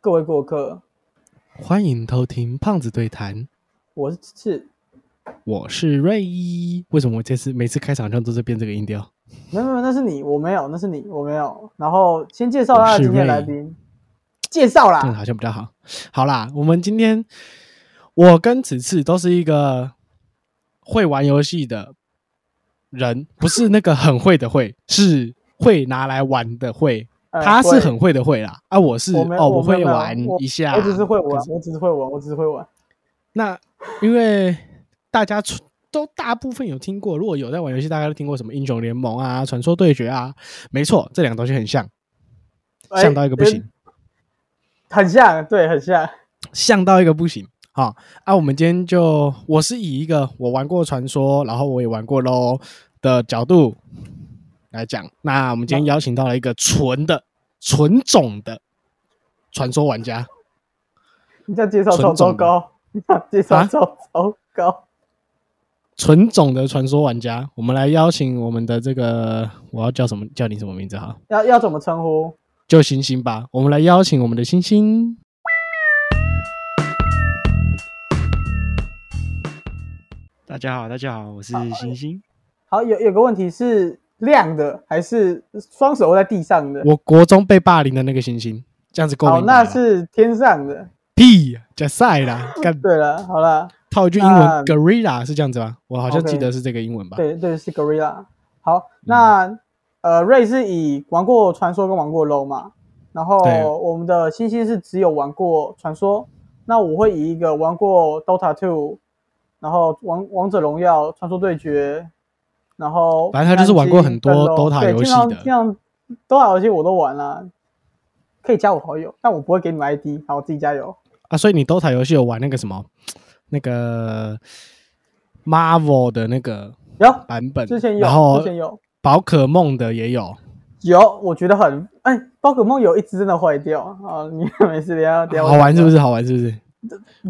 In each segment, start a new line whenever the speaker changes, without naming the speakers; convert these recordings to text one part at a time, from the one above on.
各位过客，
欢迎偷听胖子对谈，
我是是
我是瑞一。为什么我这次每次开场上都是变这个音调？
没有没有，那是你，我没有，那是你，我没有。然后先介绍他
我
的
是嗯
今天
Ray
来宾，介绍
这样
啦，
好像比较好。好啦，我们今天我跟此次都是一个会玩游戏的人，不是那个很会的会，是会拿来玩的会。
呃
他是
会
很会的会啦，啊，我是
我没
哦，
我没有
会
没有
玩
我
一下，
我只是会
可
玩，我只是会玩，我只是会玩。
那因为大家出都大部分有听过，如果有在玩游戏，大家都听过什么英雄联盟啊、传说对决啊，没错，这两个东西很像，
哎
像到一个不行，
很像，对，很像。
像到一个不行。好啊，我们今天就我是以一个我玩过传说，然后我也玩过喽的角度来讲。那我们今天邀请到了一个纯的、纯种的传说玩家，
你这样介绍
纯
超
种
糟糕，你这样介绍
啊
超糟糕。
纯种的传说玩家。我们来邀请我们的这个，我要叫什么？叫你什么名字？好，
要要怎么称呼？
就星星吧。我们来邀请我们的星星。
大家好，大家好，我是星星。
好，有有个问题是亮的还是双手在地上的？
我国中被霸凌的那个星星，这样子够
好，
明白
那
了
是天上的。
屁加赛啦，干
对了，好了，
套一句英文
那
，gorilla 是这样子吧？我好像
OK
记得是这个英文吧？
对对是 Gorilla。好，那、呃瑞是以玩过传说跟玩过 LO 嘛，然后
对
我们的星星是只有玩过传说，那我会以一个玩过 Dota Two，然后王王者荣耀、传说对决，然后
反正他就是玩过很多
单机跟 LOL
Dota
对
游戏
经常
的
经常 Dota 游戏我都玩啦、可以加我好友，但我不会给你们 ID，好，我自己加油。
啊，所以你 DOTA 游戏有玩那个什么，那个 Marvel 的那个
有，
版本，
之前
然
有，
后
之前有，
宝可梦的也有，
有，我觉得很哎，宝可梦有一只真的坏掉啊！ 你没事，等一下等一下
好玩是不
是？
是？好玩是不是？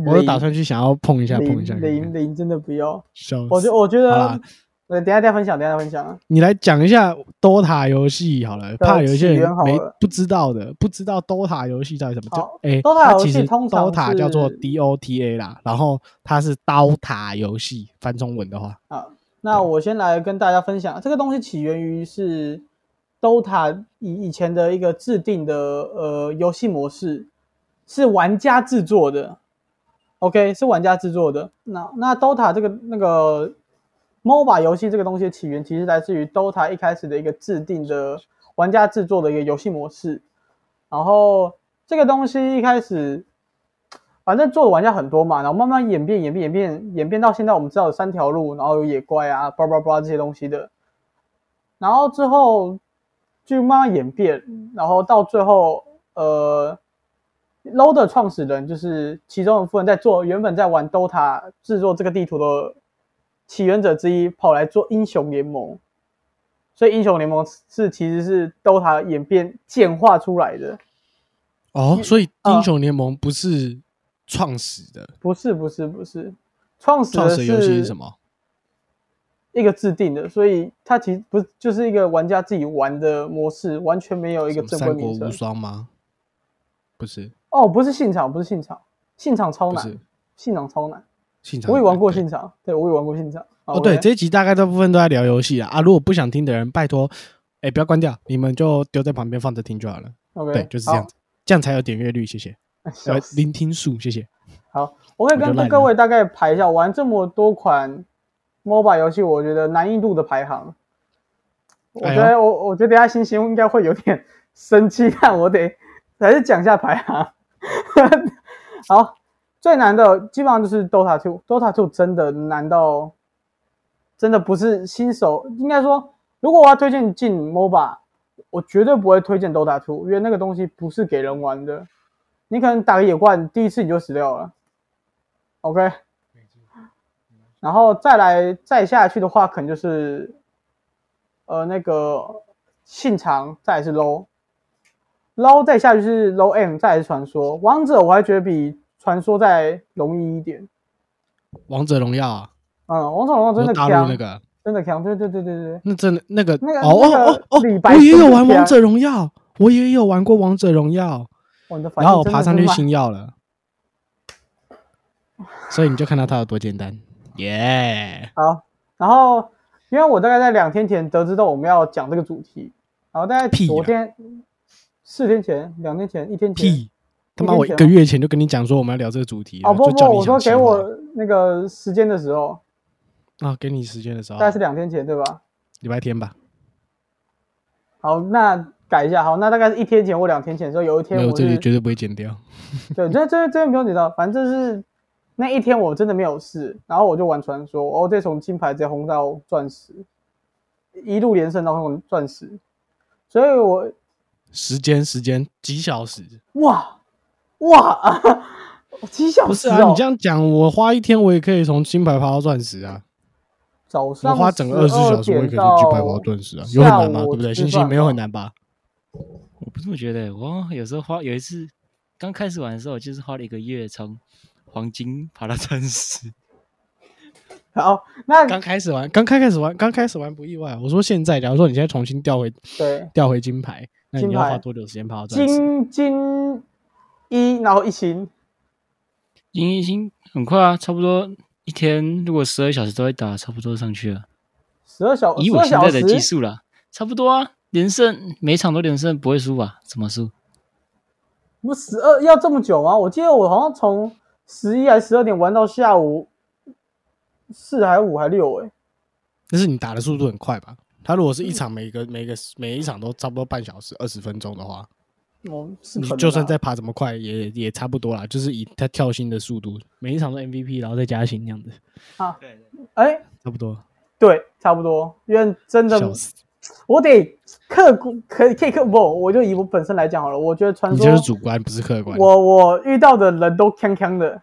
我有
零
打算去想要碰一下，碰一下
零
看
零
看。
零真的不要，
笑
我
死
觉我觉
好
得
啦，
呃，等一下再分享，等一下再分享啊。
你来讲一下 DOTA 游戏好了，怕有一些
呃起
人
源好
没
了
不知道的，不知道 DOTA 游戏到底什么叫
好？
哎
DOTA
它
游戏
其实
通常
DOTA 叫做
是
DOTA 啦，然后它是刀塔游戏，翻中文的话，
好，那我先来跟大家分享，这个东西起源于是 DOTA 以以前的一个制定的呃游戏模式，是玩家制作的。OK，是玩家制作的。那那 DOTA 这个那个 MOBA 游戏这个东西的起源，其实来自于 DOTA 一开始的一个制定的玩家制作的一个游戏模式。然后这个东西一开始反正做的玩家很多嘛，然后慢慢演变、演变、演变、演变到现在，我们知道有三条路，然后有野怪啊、叭叭叭这些东西的，然后之后就慢慢演变，然后到最后，呃，LO 的创始人就是其中一部分在做原本在玩 DOTA 制作这个地图的起源者之一，跑来做英雄联盟，所以英雄联盟是其实是 DOTA 演变简化出来的。
哦，所以
呃
英雄联盟不是创始的，
不是不是不是，创始
创
的
始游戏是什？么？
一个制定的，所以它其实不是就是一个玩家自己玩的模式，完全没有一
什
个
么
正规
三国
名
无
称。
双吗？不是，
哦，不是信场，不是信场，信场超
不是
难，，信场超难。
信长
我也玩过
对
信场，对我也玩过信场。啊
哦，对，
我
这一集大概大部分都在聊游戏啊啊！如果不想听的人，拜托，哎，不要关掉，你们就丢在旁边放着听就好了。
OK，
对，就是这样
好
子，这样才有点阅率，谢谢。
笑
呃，
死
聆听数，谢谢。
好，我可以
我就烂
跟
了
各位大概排一下，玩这么多款 MOBA 游戏，我觉得难易度的排行。我
哎
觉
呦
得、我我觉得等一下星星应该会有点生气， 但我得还是讲一下排行。好，最难的基本上就是 Dota Two，Dota Two 真的难到真的不是新手，应该说，如果我要推荐进 MOBA，我绝对不会推荐 Dota Two，因为那个东西不是给人玩的。你可能打个野怪，第一次你就死掉了。OK，然后再来再下去的话，可能就是呃那个信长，再来是 low。low 再下去是 low M，再来是传说。王者我还觉得比传说再容易一点。
王者荣耀啊，
嗯，王者荣耀真
我
的
大
强，
陆那个，
真的强，对对对对对。
那真的那个，
那个
哦
那个
哦哦哦
李，白
我也
是不
有
是
玩
这样
王者荣耀，我也有玩过王者荣耀，
哇，你的反
然后
应
我
真
爬
的
上
是
去
慢
星耀了，所以你就看到它有多简单，耶、
好，然后因为我大概在两天前得知到我们要讲这个主题，然后大概
屁啊
昨
呀
天、四天前、两天前、一天前，
屁！他妈，我
一
一
天前
个月前就跟你讲说我们要聊这个主题了，
哦不
就
不，
叫你
我
想
说
计
给
划
我那个时间的时候，
啊，给你时间的时候
大，概是两天前对吧？
礼拜天吧，
好，那改一下，好，那大概是一天前或两天前的时候，有一天
没有，
我
这
是
里绝对不会剪掉。
对，这这这不用紧张，反正就是那一天我真的没有事，然后我就玩传说，哦，再从金牌直接轰到钻石，一路连胜到红钻石，所以我
时间，时间几小时？
哇哇 啊，几小
不
时
是
哦、
啊，你这样讲，我花一天我也可以从金牌爬到钻石啊，
早上
我花整个二十四小时我也可以从金牌爬到钻石啊，有很难吗？对不对？星星没有很
难。
难吧？
我不这么觉得，我好像有时候花有一次刚开始玩的时候，我就是花了一个月从黄金爬到钻石。
好，那
刚开始玩，刚开开始玩，刚开始玩不意外。啊我说现在，假如说你现在重新调回
对
调回金牌，那你
金
要
牌
花多久时间爬到钻石？
金金一，然后一星，
银一星很快啊，差不多一天如果十二小时都会打，差不多上去了。
十二小
以
哦十
我
二
现
小
在的技
时，
术啦，差不多啊，连胜每场都连胜，不会输吧？怎么输？
不十二要这么久吗？我记得我好像从十一还十二点玩到下午四还五还六哎、
但是你打的速度很快吧？他如果是一场每个每个每一场都差不多半小时二十分钟的话，
哦是
你
可能
就算
啊
再爬怎么快也也差不多啦，就是以他跳新的速度，每一场都 MVP，然后再加薪那样子，
对，
哎、
差不多。
对差不多，因为真的
笑死！
我得客观可以可以客不，我就以我本身来讲好了，我觉得传
你
说
就是主观，不是客观。
我我遇到的人都锵锵的，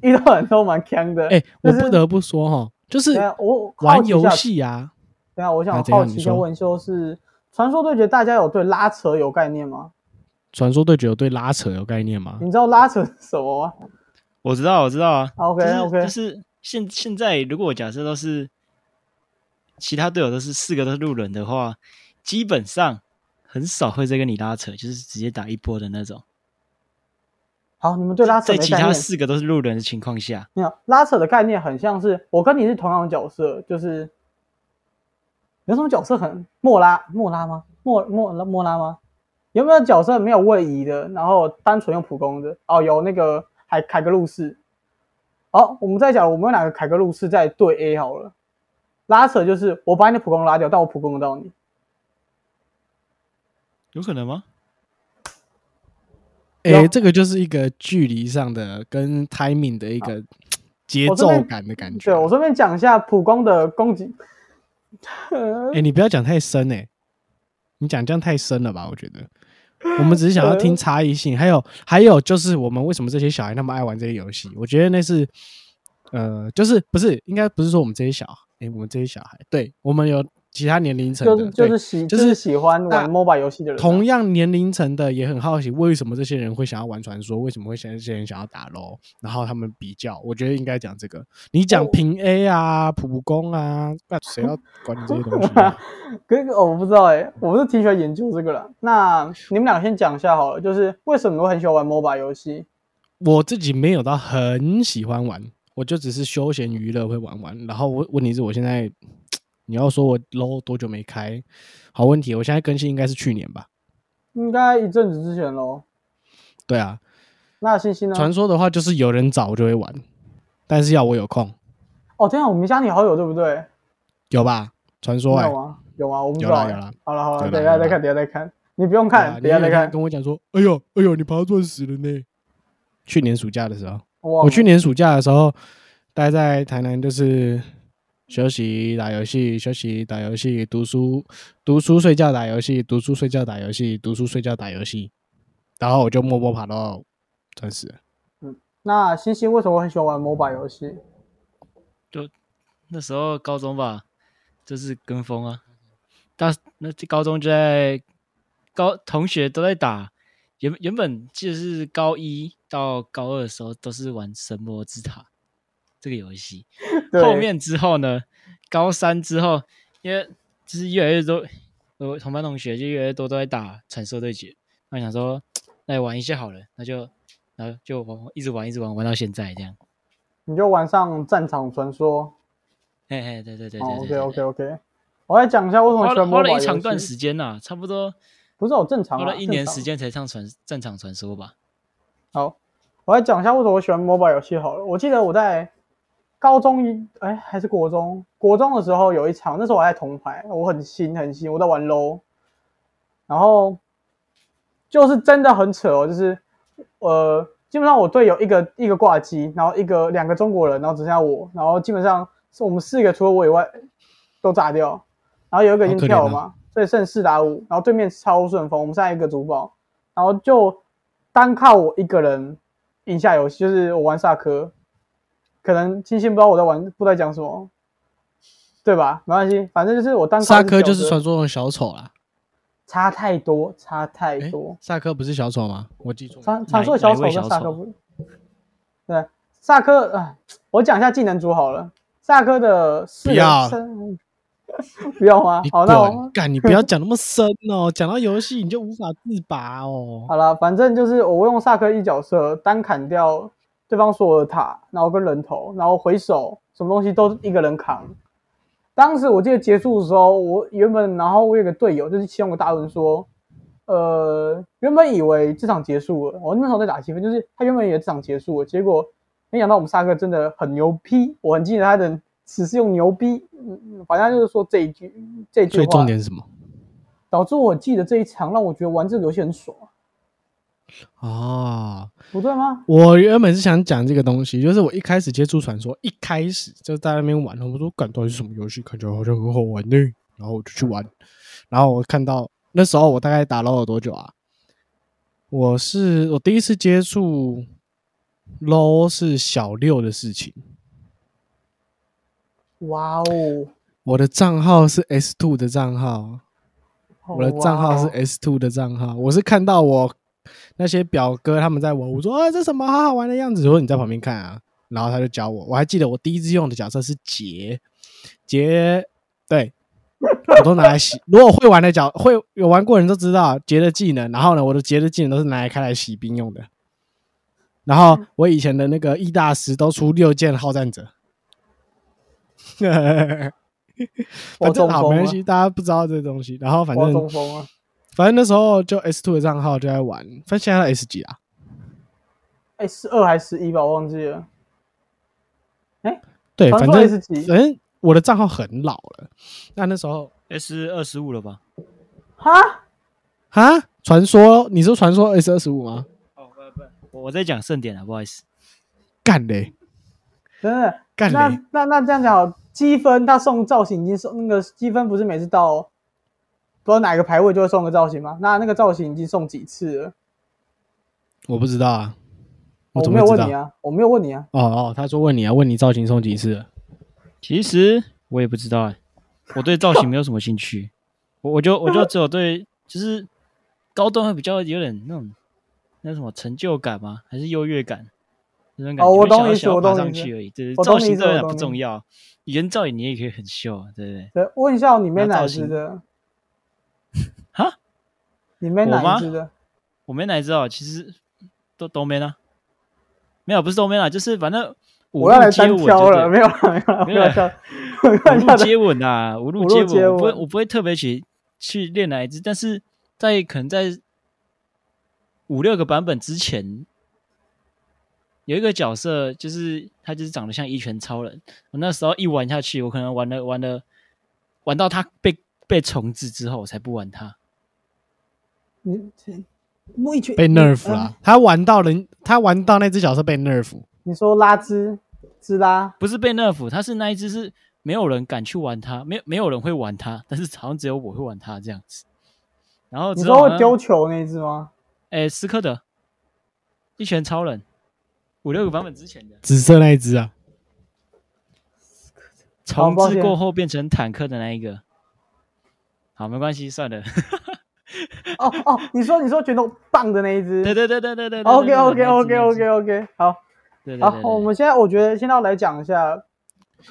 遇到的人都蛮锵的。
哎、我
就是
不得不说哈，就是
等一下我好
玩
奇一
游
下，
戏啊，
等一下我
啊
想
怎样
好奇
你
先
说
问，就是《传说对决》，大家有对拉扯有概念吗？
传说对决有对拉扯有概念吗？
你知道拉扯是什么吗？
我知道，我知道啊。
啊，OK，
就是
OK
就是现现在，如果我假设都是其他队友都是四个都是路人的话，基本上很少会再跟你拉扯，就是直接打一波的那种。
好，你们对拉扯
在
没
其
概
他
念。
四个都是路人的情况下，
没有拉扯的概念很像是我跟你是同样的角色，就是有什么角色很莫拉莫拉吗？莫莫拉莫拉吗？有没有角色没有位移的，然后单纯用普攻的？哦，有那个海凯格路士。好，我们再讲我们有哪个凯格路士在对 A 好了。拉扯就是我把你的普攻拉掉，但我普攻得到你。
有可能吗？
哎、
有
这个就是一个距离上的跟 timing 的一个节
我这
奏
边
感的感觉啊
对。我顺便讲一下普攻的攻击，
哎、你不要讲太深哎、你讲这样太深了吧？我觉得我们只是想要
嗯
听差异性，还有还有就是我们为什么这些小孩那么爱玩这些游戏？我觉得那是呃，就是不是应该不是说我们这些小孩，哎、我们这些小孩，对我们有其他年龄层
就
的，
是就
对
是喜
就
就是是喜欢
那
玩 MOBA 游戏的人啊，
同样年龄层的也很好奇，为什么这些人会想要玩传说？为什么会想这些人想要打 LO？然后他们比较，我觉得应该讲这个。你讲
哦
平 A 啊、普攻啊，那谁要管你这些东西啊、
哥哥，我不知道哎、我是挺喜欢研究这个了。那你们俩先讲一下好了，就是为什么我很喜欢玩 MOBA 游戏？
我自己没有到很喜欢玩，我就只是休闲娱乐会玩玩。然后我问题是我现在，你要说我 LO 多久没开？好问题，我现在更新应该是去年吧？
应该一阵子之前喽。
对啊，
那星星呢？
传说的话就是有人找我就会玩，但是要我有空，
哦，天啊，我们加你好友对不对？
有吧？传说
没
啊
哎、
有吗？有吗？我不知
有
道、
啦
欸。
有啦
好了好
有
了，
啦
等一下
有啦
再看，等一下再看。你不用
对
看
啊，
等一下再
你有一天
看。
跟我讲说，哎呦哎呦，你爬到钻石了呢。去年暑假的时候，
我
我去年暑假的时候待在台南，就是休息、打游戏、休息、打游戏、读书、读书、睡觉、打游戏、读书、睡觉、打游戏、读书、睡觉、打游戏，然后我就默默爬到钻石了。
那星星为什么我很喜欢玩 MOBA 游戏？
那时候高中吧，就是跟风啊。大那高中就在高同学都在打，原原本记得是高一到高二的时候都是玩《神魔之塔》这个游戏。
对
后面之后呢，高三之后，因为就是越来越多，我同班同学就越来越多都在打《传说对决》。那我想说，那也玩一下好了，那就然后就玩一直玩一直玩玩到现在这样。
你就玩上战场传说。
嘿嘿，对对对对
哦，OK
对对
OK
对
OK，我来讲一下为什么
花
喜欢
了花
MOBA
了
游
一
戏。
长段时间呐、差不多
不是我正常
花
啊
了一年
正常
时间才上传战场传说吧。
好，我来讲一下为什么我喜欢 MOBA 游戏好了。我记得我在高中一哎还是国中，国中的时候有一场，那时候我还在铜牌，我很新很新，我在玩 LO，然后就是真的很扯哦，就是呃，基本上我队友一个一个挂机，然后一个两个中国人，然后只剩下我，然后基本上是我们四个除了我以外都炸掉，然后有一个已
好可
经
怜
跳了
哦
嘛，所以剩四打五，然后对面超顺风，我们剩下一个主保，然后就单靠我一个人赢下游戏，就是我玩萨科，可能金星不知道我在玩不知道在讲什么，对吧？没关系，反正就是我单靠
萨科就是
角色
传说中的小丑啦。
差太多，差太
诶
多。
萨科不是小丑吗？我记错了。
传传说小丑跟萨科不，对，萨科啊，我讲一下技能组好了。萨科的四
不要
个三， 不要吗
你？
好，那我
滚！干，你不要讲那么深哦，讲到游戏你就无法自拔哦。
好了，反正就是我用萨克一角色单砍掉对方所有的塔，然后跟人头，然后回手什么东西都一个人扛。当时我记得结束的时候，我原本然后我有个队友就是其中有个大文说，呃，原本以为这场结束了，我那时候在打气氛，就是他原本以为这场结束了，结果没想到我们萨克真的很牛逼，我很记得他的只是用牛逼，嗯，嗯反正他就是说这一句这一句话，
所以重点是什么？
导致我记得这一场让我觉得玩这个游戏很爽，
哦，
不对吗？
我原本是想讲这个东西，就是我一开始接触传说，一开始就在那边玩，我说感到底是什么游戏，感觉好像很好玩呢，然后我就去玩，然后我看到那时候我大概打捞了多久啊？我是我第一次接触 LO 是小六的事情，
哇哦！
我的账号是 S two 的账号，我的账号是
哇哦
S two 的账号，我是看到我那些表哥他们在玩，我说啊这什么好好玩的样子，我说你在旁边看啊，然后他就教我，我还记得我第一次用的角色是杰，杰对。我都拿来洗，如果会玩的角会有玩过的人都知道杰的技能，然后呢，我的杰的技能都是拿来开来洗兵用的。然后我以前的那个易大师都出六件好战者，
哦
哎反正好没关系，大家不知道这东西。然后反
我
正
中风啊！
反正那时候就 S two 的账号就在玩，反正现在 S 几啊？
哎，十二还是十一吧，我忘记了。
对，
传
反
说
正
S 几
反正我的账号很老了。那那时候
S 二十五了吧？
哈，
啊，传说你说传说 S 二十五吗？
哦，不不，我我在讲盛典啊，不好意思。
干嘞，
真的？
干
那
嘞，
那那这样讲好，积分他送造型已经送那个积分不是每次到哦不知道哪个排位就会送个造型吗？那那个造型已经送几次了？
我不知道啊，
我
怎
没
么
有
会
问
知道
你？啊，我没有问你啊。
哦哦，他说问你啊，问你造型送几次了？
其实我也不知道哎、我对造型没有什么兴趣，我我就我就只有对就是高中会比较有点那种那什么成就感吗？还是优越感那种感觉？
哦我懂
你
你意思我懂
上
你意思
去而已，对，
我懂
造
你意
型
思
这有
我
点
懂
不
你
重要，原造型你也可以很秀啊，对不对？
对，问一下你妹
那
哪
造
一只
型
的？
哈，
你妹
我
哪
吗
一只的？
我没哪知道，其实都都没啦，没有不是都没啦，就是反正五
我要
路
来
接
单
吻
挑
就对
了，没有了，啊没有了，
没
没
有
有
啦
笑，我开玩
五
笑
路
的。
接吻啊，五路
五路
接
接
吻，我不会
吻
我不会特别去去练哪一支，但是在可能在五六个版本之前，有一个角色就是他就是长得像一拳超人，我那时候一玩下去，我可能玩了玩了玩到他被被重置之后，我才不玩他。
你这木一拳
被
你
nerf
嗯
啦，他玩到人，他玩到那只角色被 nerf，
你说拉兹兹拉
不是被 nerf，他是那一只是没有人敢去玩它，没有没有人会玩它，但是好像只有我会玩它这样子。然后
你
之后
说
好
会
像
丢，球那一只吗？
哎，斯科德，一拳超人，五六个版本之前的
紫色那一只啊，
重
抱
置
歉
过后变成坦克的那一个。好，没关系，算 了。
哦哦，你说你说拳头棒的那一只？
对对对对对对。
OK OK OK OK OK，好
对对
好
对，，
我
对
们现在我觉得现在要来讲一下，哦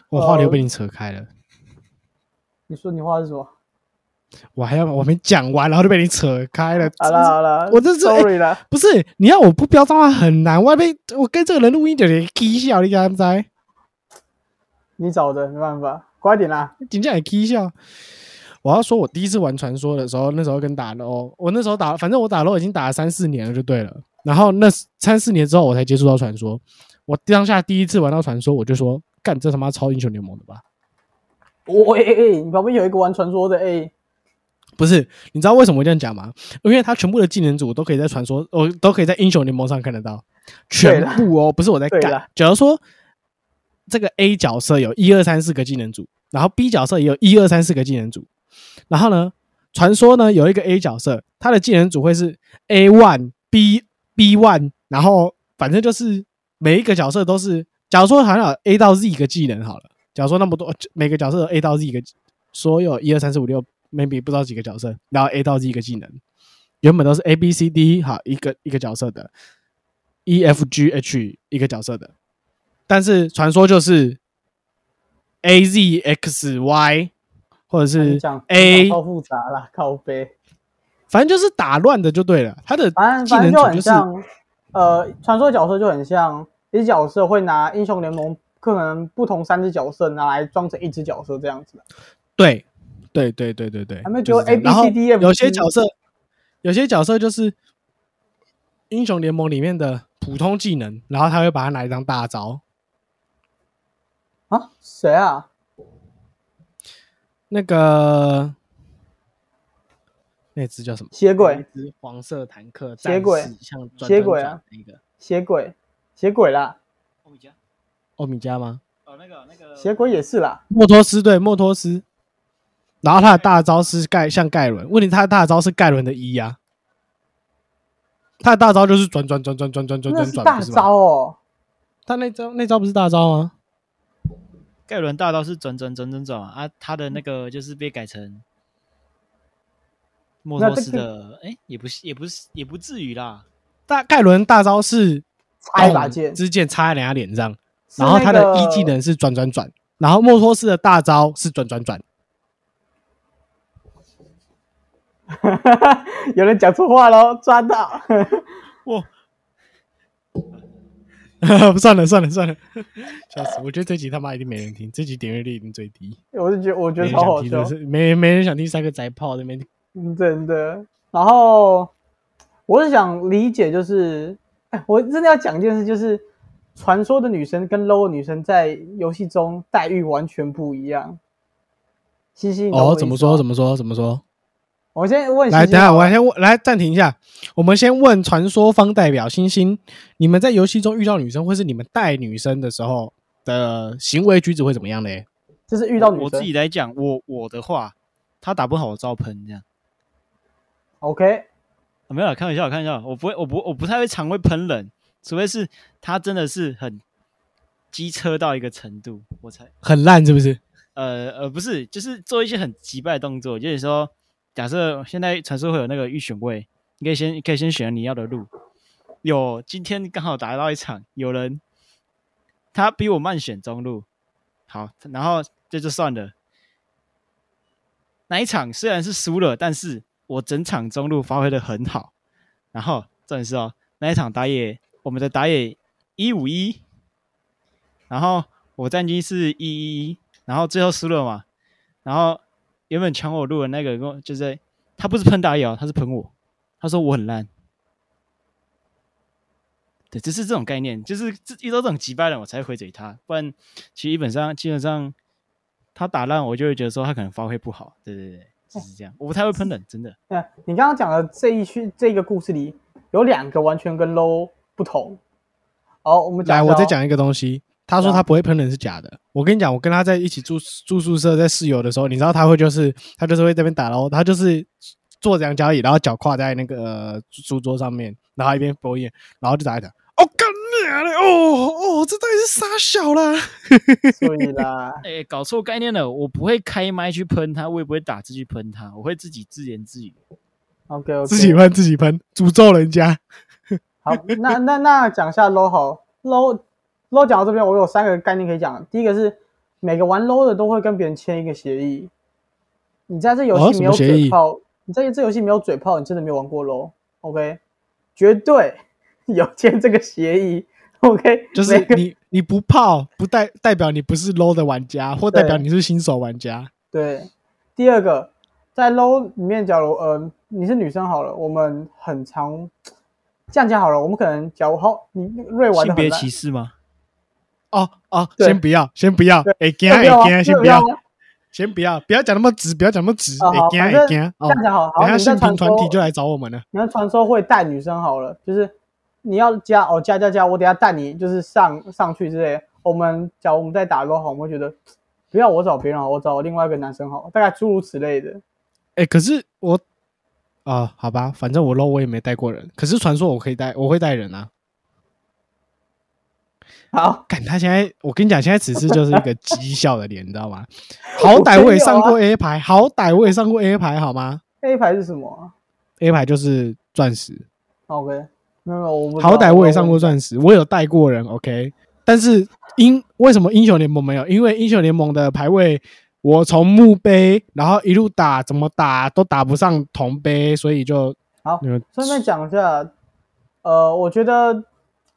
我话题又被你扯开了。
你说你画的是什么？
我还要我没讲完，然后就被你扯开了。
好了好了，
我这是哎
sorry 啦，
不是你要我不标脏话很难，我还被我跟这个人录音就得踢笑，你敢不知？
你找的没办法，快点啦！
紧接也踢笑。我要说，我第一次玩传说的时候，那时候跟打 LO，我那时候打，反正我打 LO 已经打了三四年了，就对了。然后那三四年之后，我才接触到传说。我当下第一次玩到传说，我就说：“干，这他妈超英雄联盟的吧
我哎哎哎，你旁边有一个玩传说的哎、？”
不是，你知道为什么我这样讲吗？因为他全部的技能组都可以在传说，我都可以在英雄联盟上看得到，
对
全
啦
部哦，不是我在
对
干
啦。
假如说这个 A 角色有一二三四个技能组，然后 B 角色也有一二三四个技能组，然后呢，传说呢有一个 A 角色，他的技能组会是 A one B B one，然后反正就是每一个角色都是，假如说好像有 A 到 Z 个技能好了，假如说那么多呃每个角色有 A 到 Z 个，所有一二三四五六 maybe 不知道几个角色，然后 A 到 Z 个技能，原本都是 A B C D 好一个一个角色的，E F G H 一个角色的，但是传说就是 A Z X Y 或者
你
嗯
是
讲
哎
A
超复杂啦，靠背。
反正就是打乱的就对了。他的
反正
技
反
能
正就
组
很
就是
像，呃，传说角色就很像，一只角色会拿英雄联盟可能不同三只角色拿来装成一只角色这样子。
对对对对对对，
还没给
就
我
是
A
这样
B
然后
C D E F G
有些角色，有些角色就是英雄联盟里面的普通技能，然后他会把它拿来当大招。
啊，谁啊？
那个那只叫什么？
血
嗯
鬼，，
只黄色坦克
战血鬼士，
像
转血鬼转啊
那个
血鬼，血鬼啦，
欧米伽，
欧米伽吗？
哦，那个那个
血鬼也是啦。
莫托斯对莫托斯，然后他的大招是盖像盖伦，问题他的大招是盖伦的一呀、他的大招就是转转转转转转转
那
转
是
转，
大
不是吗
招哦，
他那招那招不是大招吗？
盖伦大道是转转转转转啊，啊他
嗯
的那个就是被改成莫
那
托
这
斯
个
的，哎、也不是也不是也不至于啦。
大盖伦大招是
插一把剑
咚，哦支箭插在人家脸上，
是
然后他的
那
一
个
技能是转转转，然后莫托斯的大招是转转 转，
有人讲错话喽，抓到。
哇，
算了算了算了，笑死！我觉得这集他妈一定没人听，这集点阅率一定最低，
我是觉得我觉
没
得
人
超
想
好
听
笑
的，是，没没人想听三个宅炮在那边
嗯真的。然后我是想理解，就是哎，我真的要讲一件事，就是传说的女生跟 low 的女生在游戏中待遇完全不一样。西西，你懂我
哦，
意思
怎么说？
吗哎
怎么说？怎么说？
我先问西西
来，等一下，我先问，来暂停一下，我们先问传说方代表星星，你们在游戏中遇到女生，或是你们带女生的时候的行为举止会怎么样嘞？
就是遇到
我
女
我
生
自己来讲，我我的话，他打不好我照喷这样。
，OK，
啊没有啦，开玩笑，开玩笑，我不会，我不我不太会常会喷人，除非是他真的是很机车到一个程度，我才
很烂是不是？
呃呃不是，就是做一些很击败的动作，就是说，假设现在传说会有那个预选位，你可以先可以先选你要的路。有今天刚好打到一场，有人他比我慢选中路，好，然后这就算了。那一场虽然是输了，但是我整场中路发挥的很好。然后重点是哦，那一场打野我们的打野一五一，然后我战绩是一一一，然后最后输了嘛。然后原本抢我路的那个人跟我就是他不是喷打野哦，他是喷我，他说我很烂。对，就是这种概念，就是这遇到这种击败人，我才会回嘴他，不然其实基本上基本上他打烂我就会觉得说他可能发挥不好，对对对，就是这样，我不太会喷人，真的。
那你刚刚讲的这一区这个故事里有两个完全跟 low 不同。好，我们讲
来，
一下
我再
哦
讲一个东西。他说
对啊
他不会喷人是假的。我跟你讲，我跟他在一起住住宿舍，在室友的时候，你知道他会就是他就是会这边打喽，他就是坐两脚椅，然后脚跨在那个、呃书桌上面，然后一边敷衍，然后就打一打。哦，干娘嘞！哦哦，这到底是傻小 啦？
所以啦，
哎、搞错概念了，我不会开麦去喷他，我也不会打字去喷他，我会自己自言自语。
OK OK，
自己喷自己喷，诅咒人家。
好，那那那讲一下 low 好 low low 讲到这边，我有三个概念可以讲。第一个是每个玩 low 的都会跟别人签一个协议，你在这游
哦
戏
什
没
么
有
协
嘴
议
炮，你在这游戏没有嘴炮，你真的没有玩过喽。OK，绝对 有签这个协议。OK，
就是
每个
你你不泡不代代表你不是 low 的玩家，或代表你是新手玩家。
对。第二个，在 low 里面，假如呃你是女生好了，我们很常这样讲好了，我们可能假如好你瑞玩的
性
很
别
烂
歧，视吗？
哦哦，
对
先不要，先不要
对，
哎，
这
惊哎
不要啊
惊，
这
先
不
不要
要，啊
先不要，不要讲那么直，不要讲那么直，
哦
哎
好
惊
反
哎
正
惊
这
哦。
样讲好，
等
好，
一下
你在
性
传
平团体
说
就来找我们了。
你要传说会带女生好了，就是你要加哦加加加，我等下带你就是上上去之类的。我们假如我们在打 LO 好，我们会觉得不要我找别人好，我找另外一个男生好，大概诸如此类的。
哎，可是我啊、好吧，反正我 low 我也没带过人，可是传说我可以带，我会带人啊。
好，
干他现在，我跟你讲，现在此事就是一个讥笑的脸，你知 道吗？好歹
啊
我也上过 A 牌，好歹我也上过 A 牌，好吗
那一排是什么啊
？A 牌就是钻石，
？OK，没有没有，我不知道
好歹我也上过，钻石，我有带过人，OK。但是英为什么英雄联盟没有？因为英雄联盟的排位，我从墓碑，然后一路打，怎么打都打不上铜杯，所以就
好
你们
顺便讲一下，呃，我觉得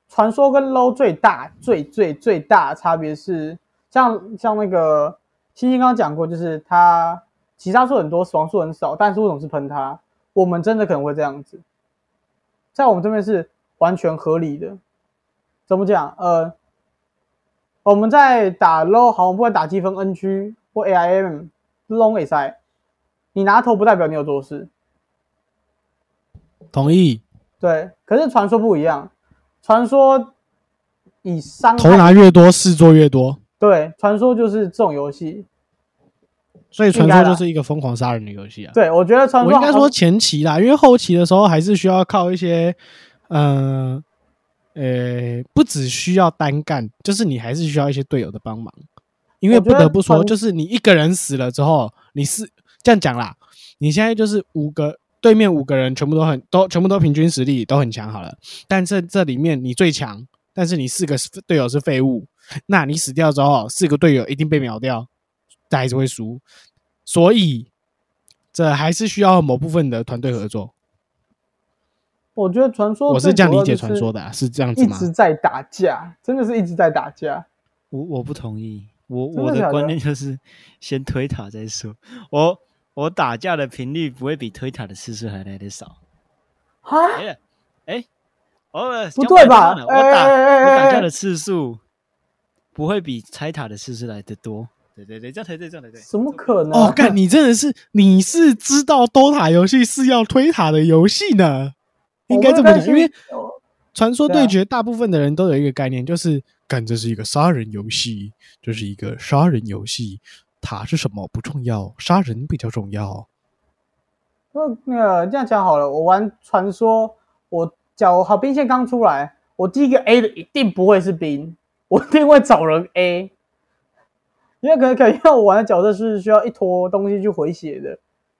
传说跟 LO 最大最最最大的差别是，像像那个星星刚刚讲过，就是他其他数很多，死亡数很少，但是为什么是喷他？我们真的可能会这样子，在我们这边是完全合理的。怎么讲？呃，我们在打 low 好，我们不管打积分 NG 或 AIM long 也塞，你拿头不代表你有做事。
同意
对，可是传说不一样，传说以伤
头
害
拿越多，事做越多，
对，传说就是这种游戏。
所以传
应该啦
说就是一个疯狂杀人的游戏啊。
对，我觉得传
我
说
应该
好
说前期啦，因为后期的时候还是需要靠一些，呃，呃，不只需要单干，就是你还是需要一些队友的帮忙。因为
我觉
不
得
得不说，
团
就是你一个人死了之后，你是这样讲啦，你现在就是五个对面五个人全部都很都全部都平均实力都很强好了，但这这里面你最强，但是你四个是队友是废物，那你死掉之后，四个队友一定被秒掉，但还是会输，所以这还是需要某部分的团队合作。
我觉得传说
我
最
是这样
哦主
理
要
解
就
传
是
说的、啊，是这样子
一
吗？
直在打架，真的是一直在打架。
我我不同意，我
真的
我
假
的
的
观念就是先推塔再说。我我打架的频率不会比推塔的次数还来得少。
哈，
哎呀哎，偶尔
不
讲
对
白
吧
话了
哎
我打
哎哎
我打
哎
架的次数不会比拆塔的次数来得多。对对对，这样才对，这样才对。
怎么可能？
哦， 干，你真的是你是知道 DOTA 游戏是要推塔的游戏 呢？应该这么讲，因为传说
啊
对决大部分的人都有一个概念，就是干这是一个杀人游戏，这是一个杀人游戏，塔是什么不重要，杀人比较重要。
那那个这样讲好了，我玩传说，我假如好兵线刚出来，我第一个 A 的一定不会是兵，我一定会找人 A，因为可能可能因为我玩的角色是需要一坨东西去回血的，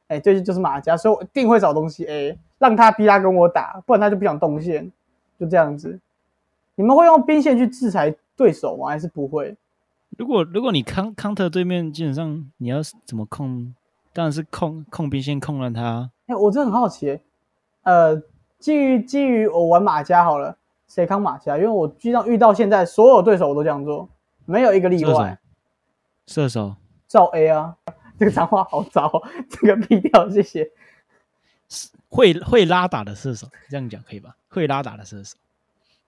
哎，这就是马甲，所以我一定会找东西 A，让他逼他跟我打，不然他就不想动线，就这样子。你们会用兵线去制裁对手吗？还是不会？
如果如果你康康特对面，基本上你要是怎么控？当然是控控兵线控了他。
哎，我真的很好奇，呃，基于基于我玩马甲好了，谁扛马甲？因为我遇到遇到现在所有对手我都这样做，没有一个例
射手
外。，
射手，
照 A 啊， 这个脏话好糟哦，这个毙掉，谢谢。
会会拉打的射手，这样讲可以吧？会拉打的射手，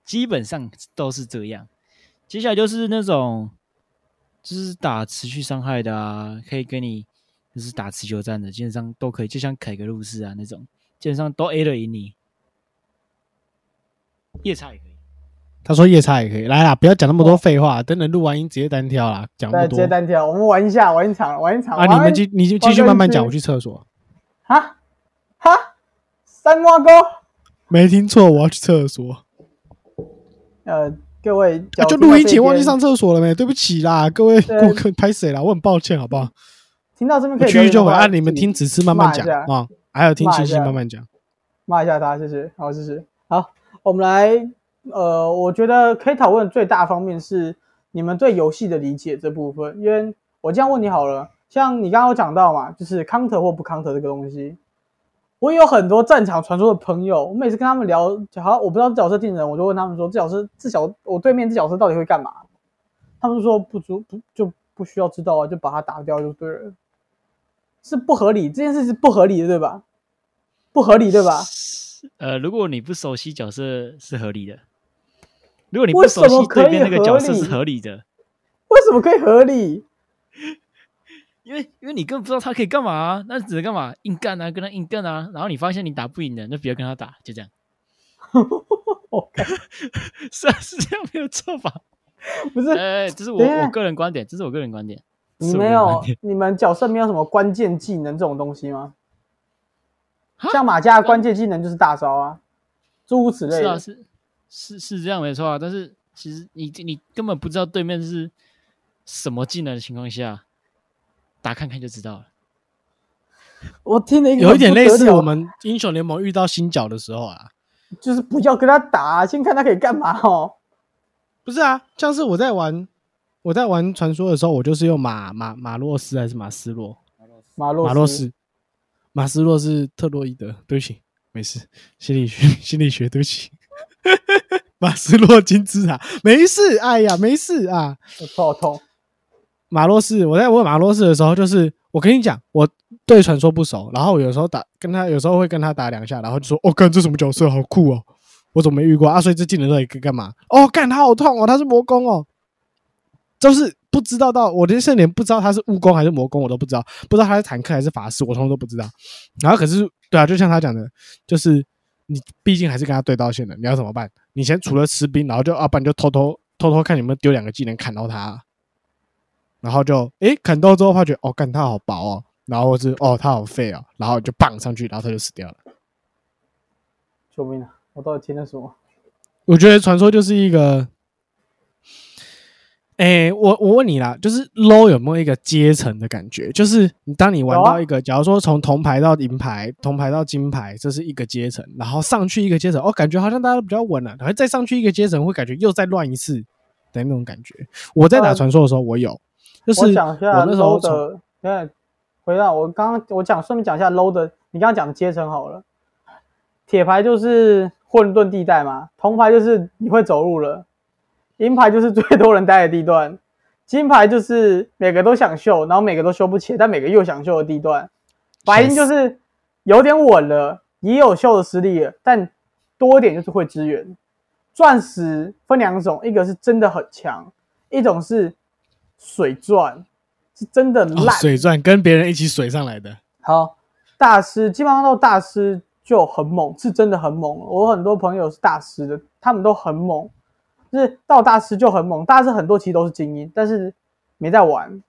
基本上都是这样。接下来就是那种，就是打持续伤害的啊，可以跟你就是打持久战的，基本上都可以，就像凯格路斯啊那种，基本上都 A 了赢你。夜叉也可以，
他说夜叉也可以，来啦，不要讲那么多废话，等等录完音直接单挑啦，讲那
对，直
么多
接单挑，我们玩一下，玩一场，玩一场。
啊！
玩
你们继你就继续慢慢讲，我去厕所。
哈哈，三瓜哥，
没听错，我要去厕所。
呃，各位，
啊、
假
就
如听
录
到
音
这
前忘记
边
上厕所了没？对不起啦，各位
对
顾客，拍谁啦？我很抱歉，好不好？
听到这 边可
我
以
去
留
去
言
就
的
回
话
啊！你们
自己
听此次慢慢
骂一
讲
下
啊，还有听
骂一
星星
下
慢慢讲。
骂一下他，谢谢，好，谢谢，好，我们来，呃，我觉得可以讨论最大方面是你们对游戏的理解这部分，因为我这样问你好了，像你刚刚有讲到嘛，就是 counter 或不 counter 这个东西，我有很多战场传说的朋友，我每次跟他们聊，好像我不知道这角色定人，我就问他们说，这角色这角我对面这角色到底会干嘛？他们说不足不就不需要知道啊，就把它打掉就对了，是不合理，这件事是不合理的，对吧？不合理，对吧？
呃，如果你不熟悉角色是合理的，如果你
为
不
什
熟
么
悉
可
对
以
面那个角色
合
是
理
合理的，
为什么可以合理？
因为因为你根本不知道他可以干嘛、啊，那只能干嘛硬干啊，跟他硬干啊，然后你发现你打不赢的，那不要跟他打，就 这样。
我靠
是啊，是这样没有错 吧？
不是，
哎、这是我
等一下
我个人观点，这是我个人观点。
你
是我
啊没
个人观
有
点，
你们角色没有什么关键技能这种东西吗？
哈
像马家的关键技能就是大招啊，诸如此类
是啊，
的。
是是是这样没错啊，但是其实你你根本不知道对面是什么技能的情况下，打看看就知道了。
我听了一个
有一点
很不
类
得
似
了
我们英雄联盟遇到新角的时候啊，
就是不要跟他打啊、先看他可以干嘛哦。
不是啊，像是我在玩我在玩传说的时候，我就是用马马马洛斯还是马斯洛
马洛
马洛斯马斯洛是特洛伊德，对不起，没事，心理学 心理学，对不起。 马斯洛金字塔，没事，哎呀，没事啊。
我头好痛。
马洛斯，我在问马洛斯的时候，就是我跟你讲，我对传说不熟，然后有时候打跟他，有时候会跟他打两下，然后就说：“哦，干这什么角色，好酷哦！我怎么没遇过啊？所以这技能到底该干嘛？哦，干他好痛哦，他是魔攻哦，就是哦不知道到我甚至连不知道他是务工还是魔攻，我都不知道，不知道他是坦克还是法师，我通通都不知道。然后可是对啊，就像他讲的，就是你毕竟还是跟他对到线的，你要怎么办？你先除了吃兵，然后就啊要不然就偷偷偷偷看有没有丢两个技能砍到他啊、然后就诶砍到之后发觉哦，干他好薄哦，然后或是哦他好废哦，然后就棒上去，然后他就死掉了。
救命啊！我到底听了什么？
我觉得传说就是一个，诶，我我问你啦，就是 low 有没有一个阶层的感觉？就是你当你玩
有啊
到一个，假如说从铜牌到银牌，铜牌到金牌，这是一个阶层，然后上去一个阶层，哦，感觉好像大家都比较稳了、啊然后再上去一个阶层，会感觉又再乱一次的那种感觉。我在打
嗯
传说的时候，我有，就是
我讲一下
我那时候
low
从
的，对，回到我刚刚我讲，顺便讲一下 low 的，你刚刚讲的阶层好了。铁牌就是混沌地带嘛，铜牌就是你会走路了，银牌就是最多人待的地段，金牌就是每个都想秀，然后每个都秀不起来，但每个又想秀的地段。白银就是有点稳了，也有秀的实力了，但多一点就是会支援。钻石分两种，一个是真的很强，一种是水钻，是真的
哦
烂。
水钻跟别人一起水上来的。
好，大师基本上到大师就很猛，是真的很猛。我很多朋友是大师的，他们都很猛，就是到大师就很猛。大师很多其实都是精英，但是没在玩。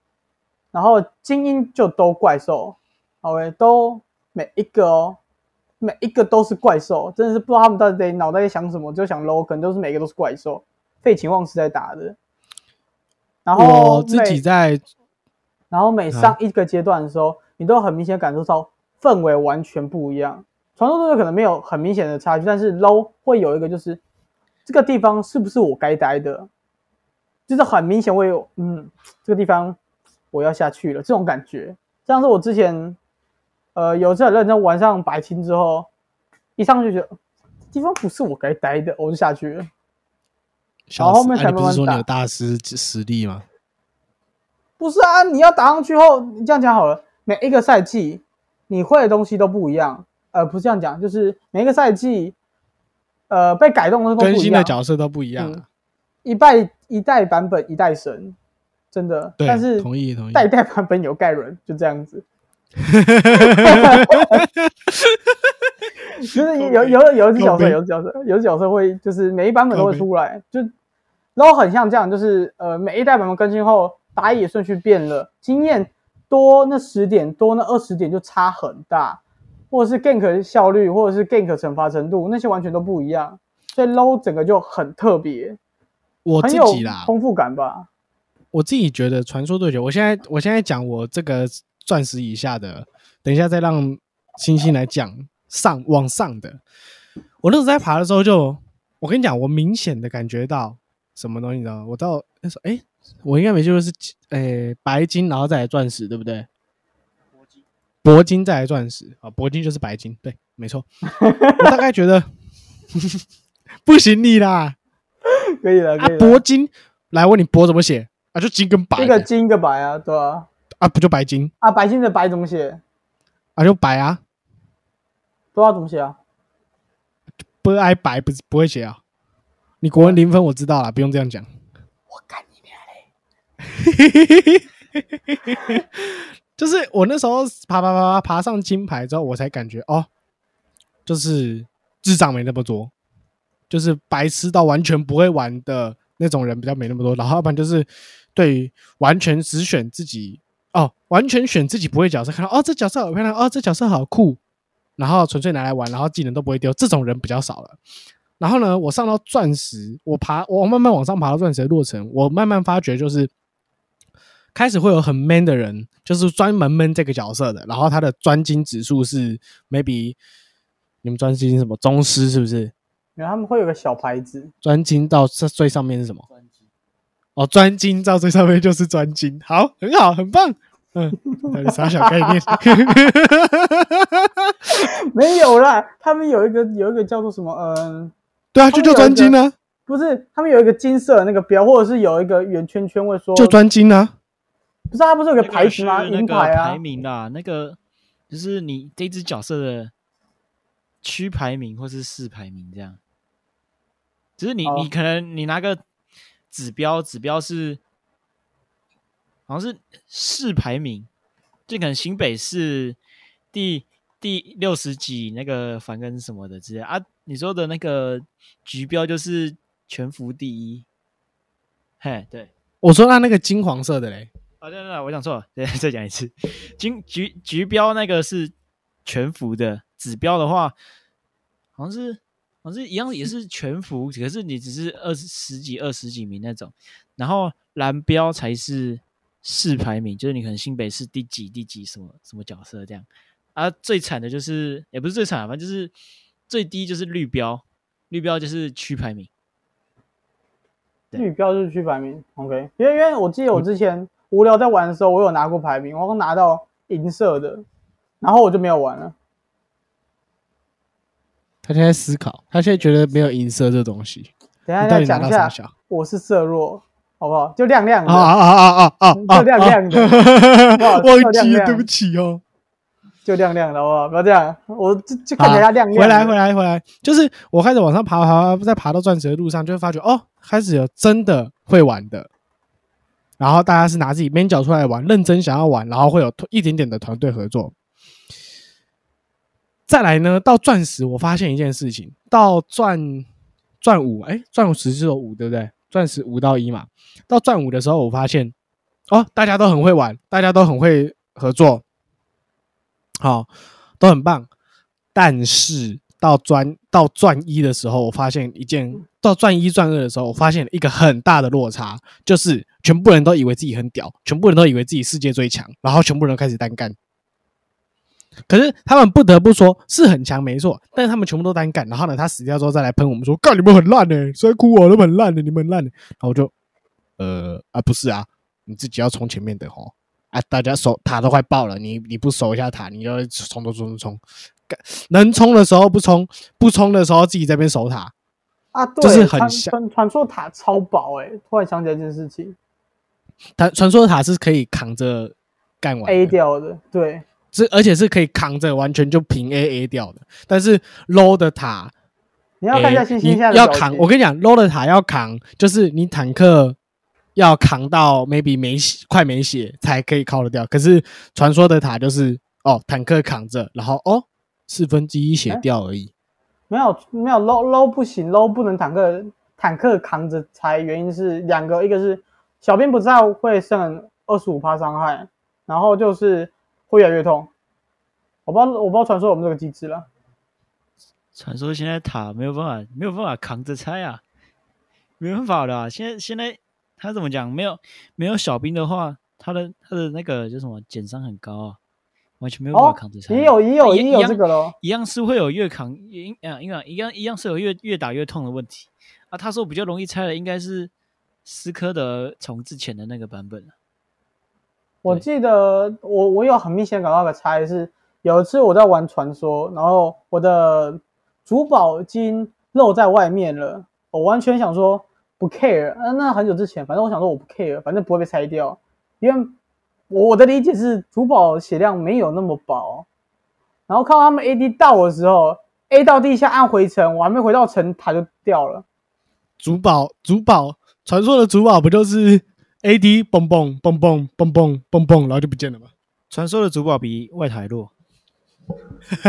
然后精英就都怪兽，OK，都每一个哦，每一个都是怪兽，真的是不知道他们到底脑袋在想什么，就想 low，可能都是每个都是怪兽，废寝忘食在打的。然后
我自
每
己在
然后每上一个阶段的时候，你都很明显感受到氛围完全不一样。传说中的可能没有很明显的差距，但是 low 会有一个就是这个地方是不是我该待的，就是很明显会有嗯这个地方我要下去了这种感觉。像是我之前呃有一次很认真玩上白青之后，一上去就觉得这地方不是我该待的，我就下去了。
小
哦
啊
后面才
你不
慢
是
慢
说你
打
有大师实力吗？
不是啊，你要打上去后，你这样讲好了，每一个赛季你会的东西都不一样。呃，不是这样讲，就是每一个赛季，呃，被改动的都不一样。嗯
更新的角色都不一样啊、
一代一代版本一代神，真的。
对，
但是
同意同意。
代代版本有盖伦，就这样 子。就是有有有一只角
靠
色，
背
有一只角色，有一只角色会就是每一版本都
靠
会
背
出来，就然后很像这样，就是呃每一代版本更新后，打野顺序变了，经验多那十点多那二十点就差很大，或者是 gank 效率，或者是 gank 惩罚程度，那些完全都不一样，所以 low 整个就很特别，
我
很
自
有
己啦，
丰富感吧。
我自己觉得传说对决，我现在我现在讲我这个钻石以下的，等一下再让星星来讲上往上的。我那时候在爬的时候就，我跟你讲，我明显的感觉到什么东西，你知道吗？我到那时候，哎、我应该没记错是，哎、白金，然后再来钻石，对不对？铂金再来钻石啊，铂金就是白金，对，没错。我大概觉得 不行你啦，
可以了，
啊，
可以了。
铂金，来问你铂怎么写啊？就金跟白
一
嘛
个金一个白啊，对啊。
啊，不就白金
啊，白金的白怎么写？
啊，就白啊，
不知道怎么写啊？
不爱白不是不会写啊。你国文零分我知道啦，不用这样讲。
我干你娘！
就是我那时候爬爬爬爬爬上金牌之后，我才感觉哦，就是智障没那么多，就是白痴到完全不会玩的那种人比较没那么多。然后要不然就是对于完全只选自己哦，完全选自己不会角色，看到哦这角色好漂亮，哦这角色好酷，然后纯粹拿来玩，然后技能都不会丢，这种人比较少了。然后呢，我上到钻石，我爬，我慢慢往上爬到钻石的落程，我慢慢发觉就是开始会有很 man 的人，就是专门 man 这个角色的，然后他的专精指数是 maybe 你们专精什么宗师是不是？
然后他们会有个小牌子，
专精到最最上面是什么？哦，专精到最上面就是专精，好，很好，很棒。嗯，到底啥小概念？
没有啦。他们有一个有一个叫做什么？嗯，
对啊，就叫专精啊，
不是，他们有一个金色的那个标，或者是有一个圆圈圈，会说
就专精啊。
不是它不是有个
那
牌
个
子
是
吗？
那
银
个
牌啊
排，名啦，那个就是你这只角色的区排名或是市排名这样。只是你、
哦
你可能你拿个指标，指标是好像是市排名，就可能新北市第第六十几那个凡跟什么的之类的啊。你说的那个局标就是全服第一，嘿，对。
我说那那个金黄色的嘞，
啊，对对对，我讲错了，对， 再讲一次。金局局标那个是全服的，指标的话好像是好像是一样，也是全服，可是你只是二十十几、二十几名那种。然后蓝标才是市排名，就是你可能新北市第几、第几什么什么角色这样。啊，最惨的就是也不是最惨啊，反正就是最低就是绿标，绿标就是区排名。对
绿标就是区排名。OK，因为因为我记得我之前无聊在玩的时候，我有拿过排名，我刚拿到银色的，然后我就没有玩了。
他现在思考，他现在觉得没有银色这东西。
等一下
你到
再
底拿
讲
到
一
啥
下
小？
我是色弱，好不好？就亮亮的，
啊啊啊啊啊！
就嗯亮亮 的，
啊，忘
亮
记了，
亮
对不起哦。
就亮亮的，好不好？不要这样，我就就 看起
好
来它亮亮的。
回来，回来，回来，就是我开始往上爬，爬，爬在爬到钻石的路上，就会发觉哦，开始有真的会玩的。然后大家是拿自己边角出来玩，认真想要玩，然后会有一点点的团队合作。再来呢，到钻石，我发现一件事情，到钻钻五，哎，钻石是有五，对不对？钻石五到一嘛，到钻五的时候，我发现哦，大家都很会玩，大家都很会合作，好、都很棒。但是到专到钻一的时候，我发现一件到钻一钻二的时候，我发现了一个很大的落差，就是全部人都以为自己很屌，全部人都以为自己世界最强，然后全部人都开始单干。可是他们不得不说是很强，没错，但是他们全部都单干，然后呢，他死掉之后再来喷我们说，干你们很烂呢、欸，虽然哭我，你们很烂欸的、你们很烂的、然后我就，呃啊不是啊，你自己要冲前面的吼，啊大家守塔都快爆了，你你不守一下塔，你要冲冲冲冲冲，干能冲的时候不冲，不冲的时候自己在那边守塔，
啊，对，
就是很
传
像
传传说塔超薄哎、欸，突然想起来一件事情
传传说塔是可以扛着干完的
，A 掉的，对，
是而且是可以扛着完全就平 A A 掉的，但是 low 的塔
你要看一下
欸
星
你
星下的
要
表
扛，
情
我跟你讲，low 的塔要扛，就是你坦克要扛到 maybe 没血快没血才可以靠得掉。可是传说的塔就是哦，坦克扛着，然后哦四分之一血
欸
掉而已。
没有没有 low low 不行，low 不能坦克坦克扛着才，原因是两个，一个是小兵不在会剩二十五趴伤害，然后就是会越来越痛。我不知道我不知道传说有没有这个机制了，
传说现在塔没有办法，没有办法扛着拆啊，没办法的啊、现在现在他怎么讲？没有没有小兵的话，他的他的那个叫什么减伤很高啊，完全没有办法
哦
扛着，拆、
也有
啊
也有
一
也有
样
这个咯。
一样是会有越扛，一啊，一样一样一样是有越越打越痛的问题啊。他说比啊较容易拆的应该是斯科德重置前的那个版本了
我记得我我有很明显感到个差异是，有一次我在玩传说，然后我的主宝金露在外面了，我完全想说不 care，嗯、那很久之前，反正我想说我不 care，反正不会被拆掉，因为我我的理解是主宝血量没有那么薄，然后看到他们 AD 到我的时候，A 到地下按回城，我还没回到城塔就掉了。
主宝，主宝，传说的主宝不就是 AD 蹦蹦蹦蹦蹦蹦蹦蹦，然后就不见了吗？
传说的主宝比外塔还弱，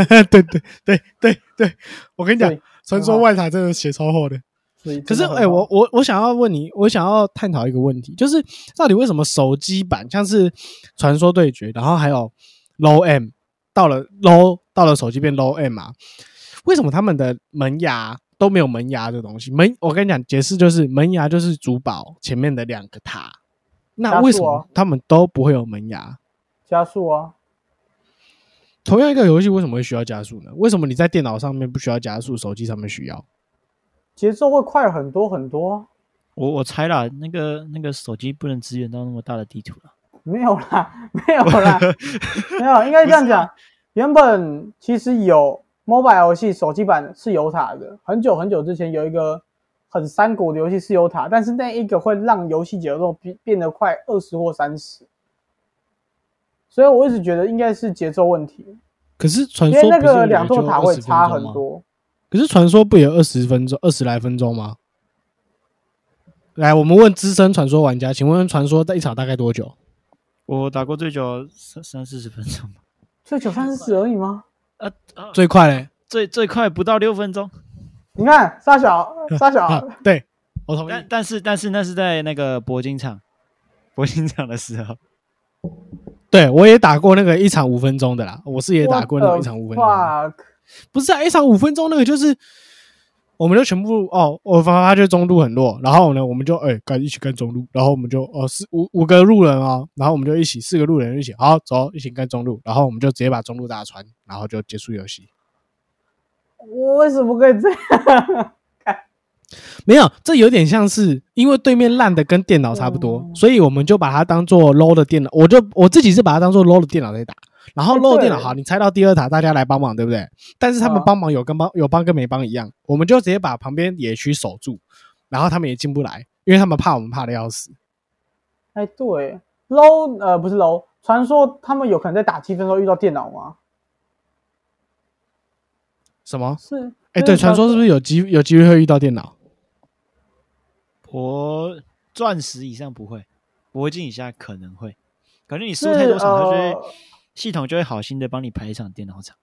对对对对对，我跟你讲
对，
传说外塔真的血超厚的。
所以
可是，
真的很哦
哎、我我我想要问你，我想要探讨一个问题，就是到底为什么手机版像是《传说对决》，然后还有 Low M 到了 Low 到了手机变 Low M 啊？为什么他们的门牙都没有门牙这东西？门，我跟你讲，解释就是门牙就是主堡前面的两个塔，那
加
为什
速哦
么他们都不会有门牙？
加速啊，
同样一个游戏为什么会需要加速呢？为什么你在电脑上面不需要加速，手机上面需要？
节奏会快很多很多啊。
我我猜啦，那个那个手机不能支援到那么大的地图了。
没有啦，没有啦，没有，应该这样
啊
讲。原本其实有 mobile 游戏手机版是有塔的，很久很久之前有一个很三国的游戏是有塔，但是那一个会让游戏节奏变变得快二十或三十，所以我一直觉得应该是节奏问题，
可是传
因
说
为那
不是
个
也
两座
就
塔会
20分
差
钟
很
吗
多。
可是传说不也二十分钟、二十来分钟吗？来，我们问资深传说玩家，请问传说在一场大概多久？
我打过最久三三四十分钟吧，
就九三四而已吗？
啊，啊
最快嘞？
最最快不到六分钟，
你看沙小沙
啊
小，，
对，我同意。
但但是但是那是在那个铂金场，铂金场的时候，
对我也打过那个一场五分钟的啦，我是也打过那种一场五分钟的。
哇，
不是啊，一场五分钟那个就是，我们就全部哦，我发他就中路很弱，然后呢，我们就哎跟、一起跟中路，然后我们就哦四五五个路人哦，然后我们就一起四个路人一起好走一起跟中路，然后我们就直接把中路打穿，然后就结束游戏。
我为什么可以这样？
没有，这有点像是因为对面烂的跟电脑差不多，
嗯
所以我们就把它当做 low 的电脑，我就我自己是把它当做 low 的电脑在打。然后
哎
low 的
对
电脑好，你拆到第二塔，大家来帮忙，对不对？但是他们
嗯
帮忙有跟帮有帮跟没帮一样，我们就直接把旁边野区守住，然后他们也进不来，因为他们怕我们怕的要死。
哎，对，low 呃不是 low，传说他们有可能在打积分的时候遇到电脑吗？
什么？
是，
哎，
就
对，传说是不是有机有机会会遇到电脑？
铂钻石以上不会，铂金以下可能会，感觉你
是
输太多场，它就会、
呃
系统就会好心的帮你排一场电脑场。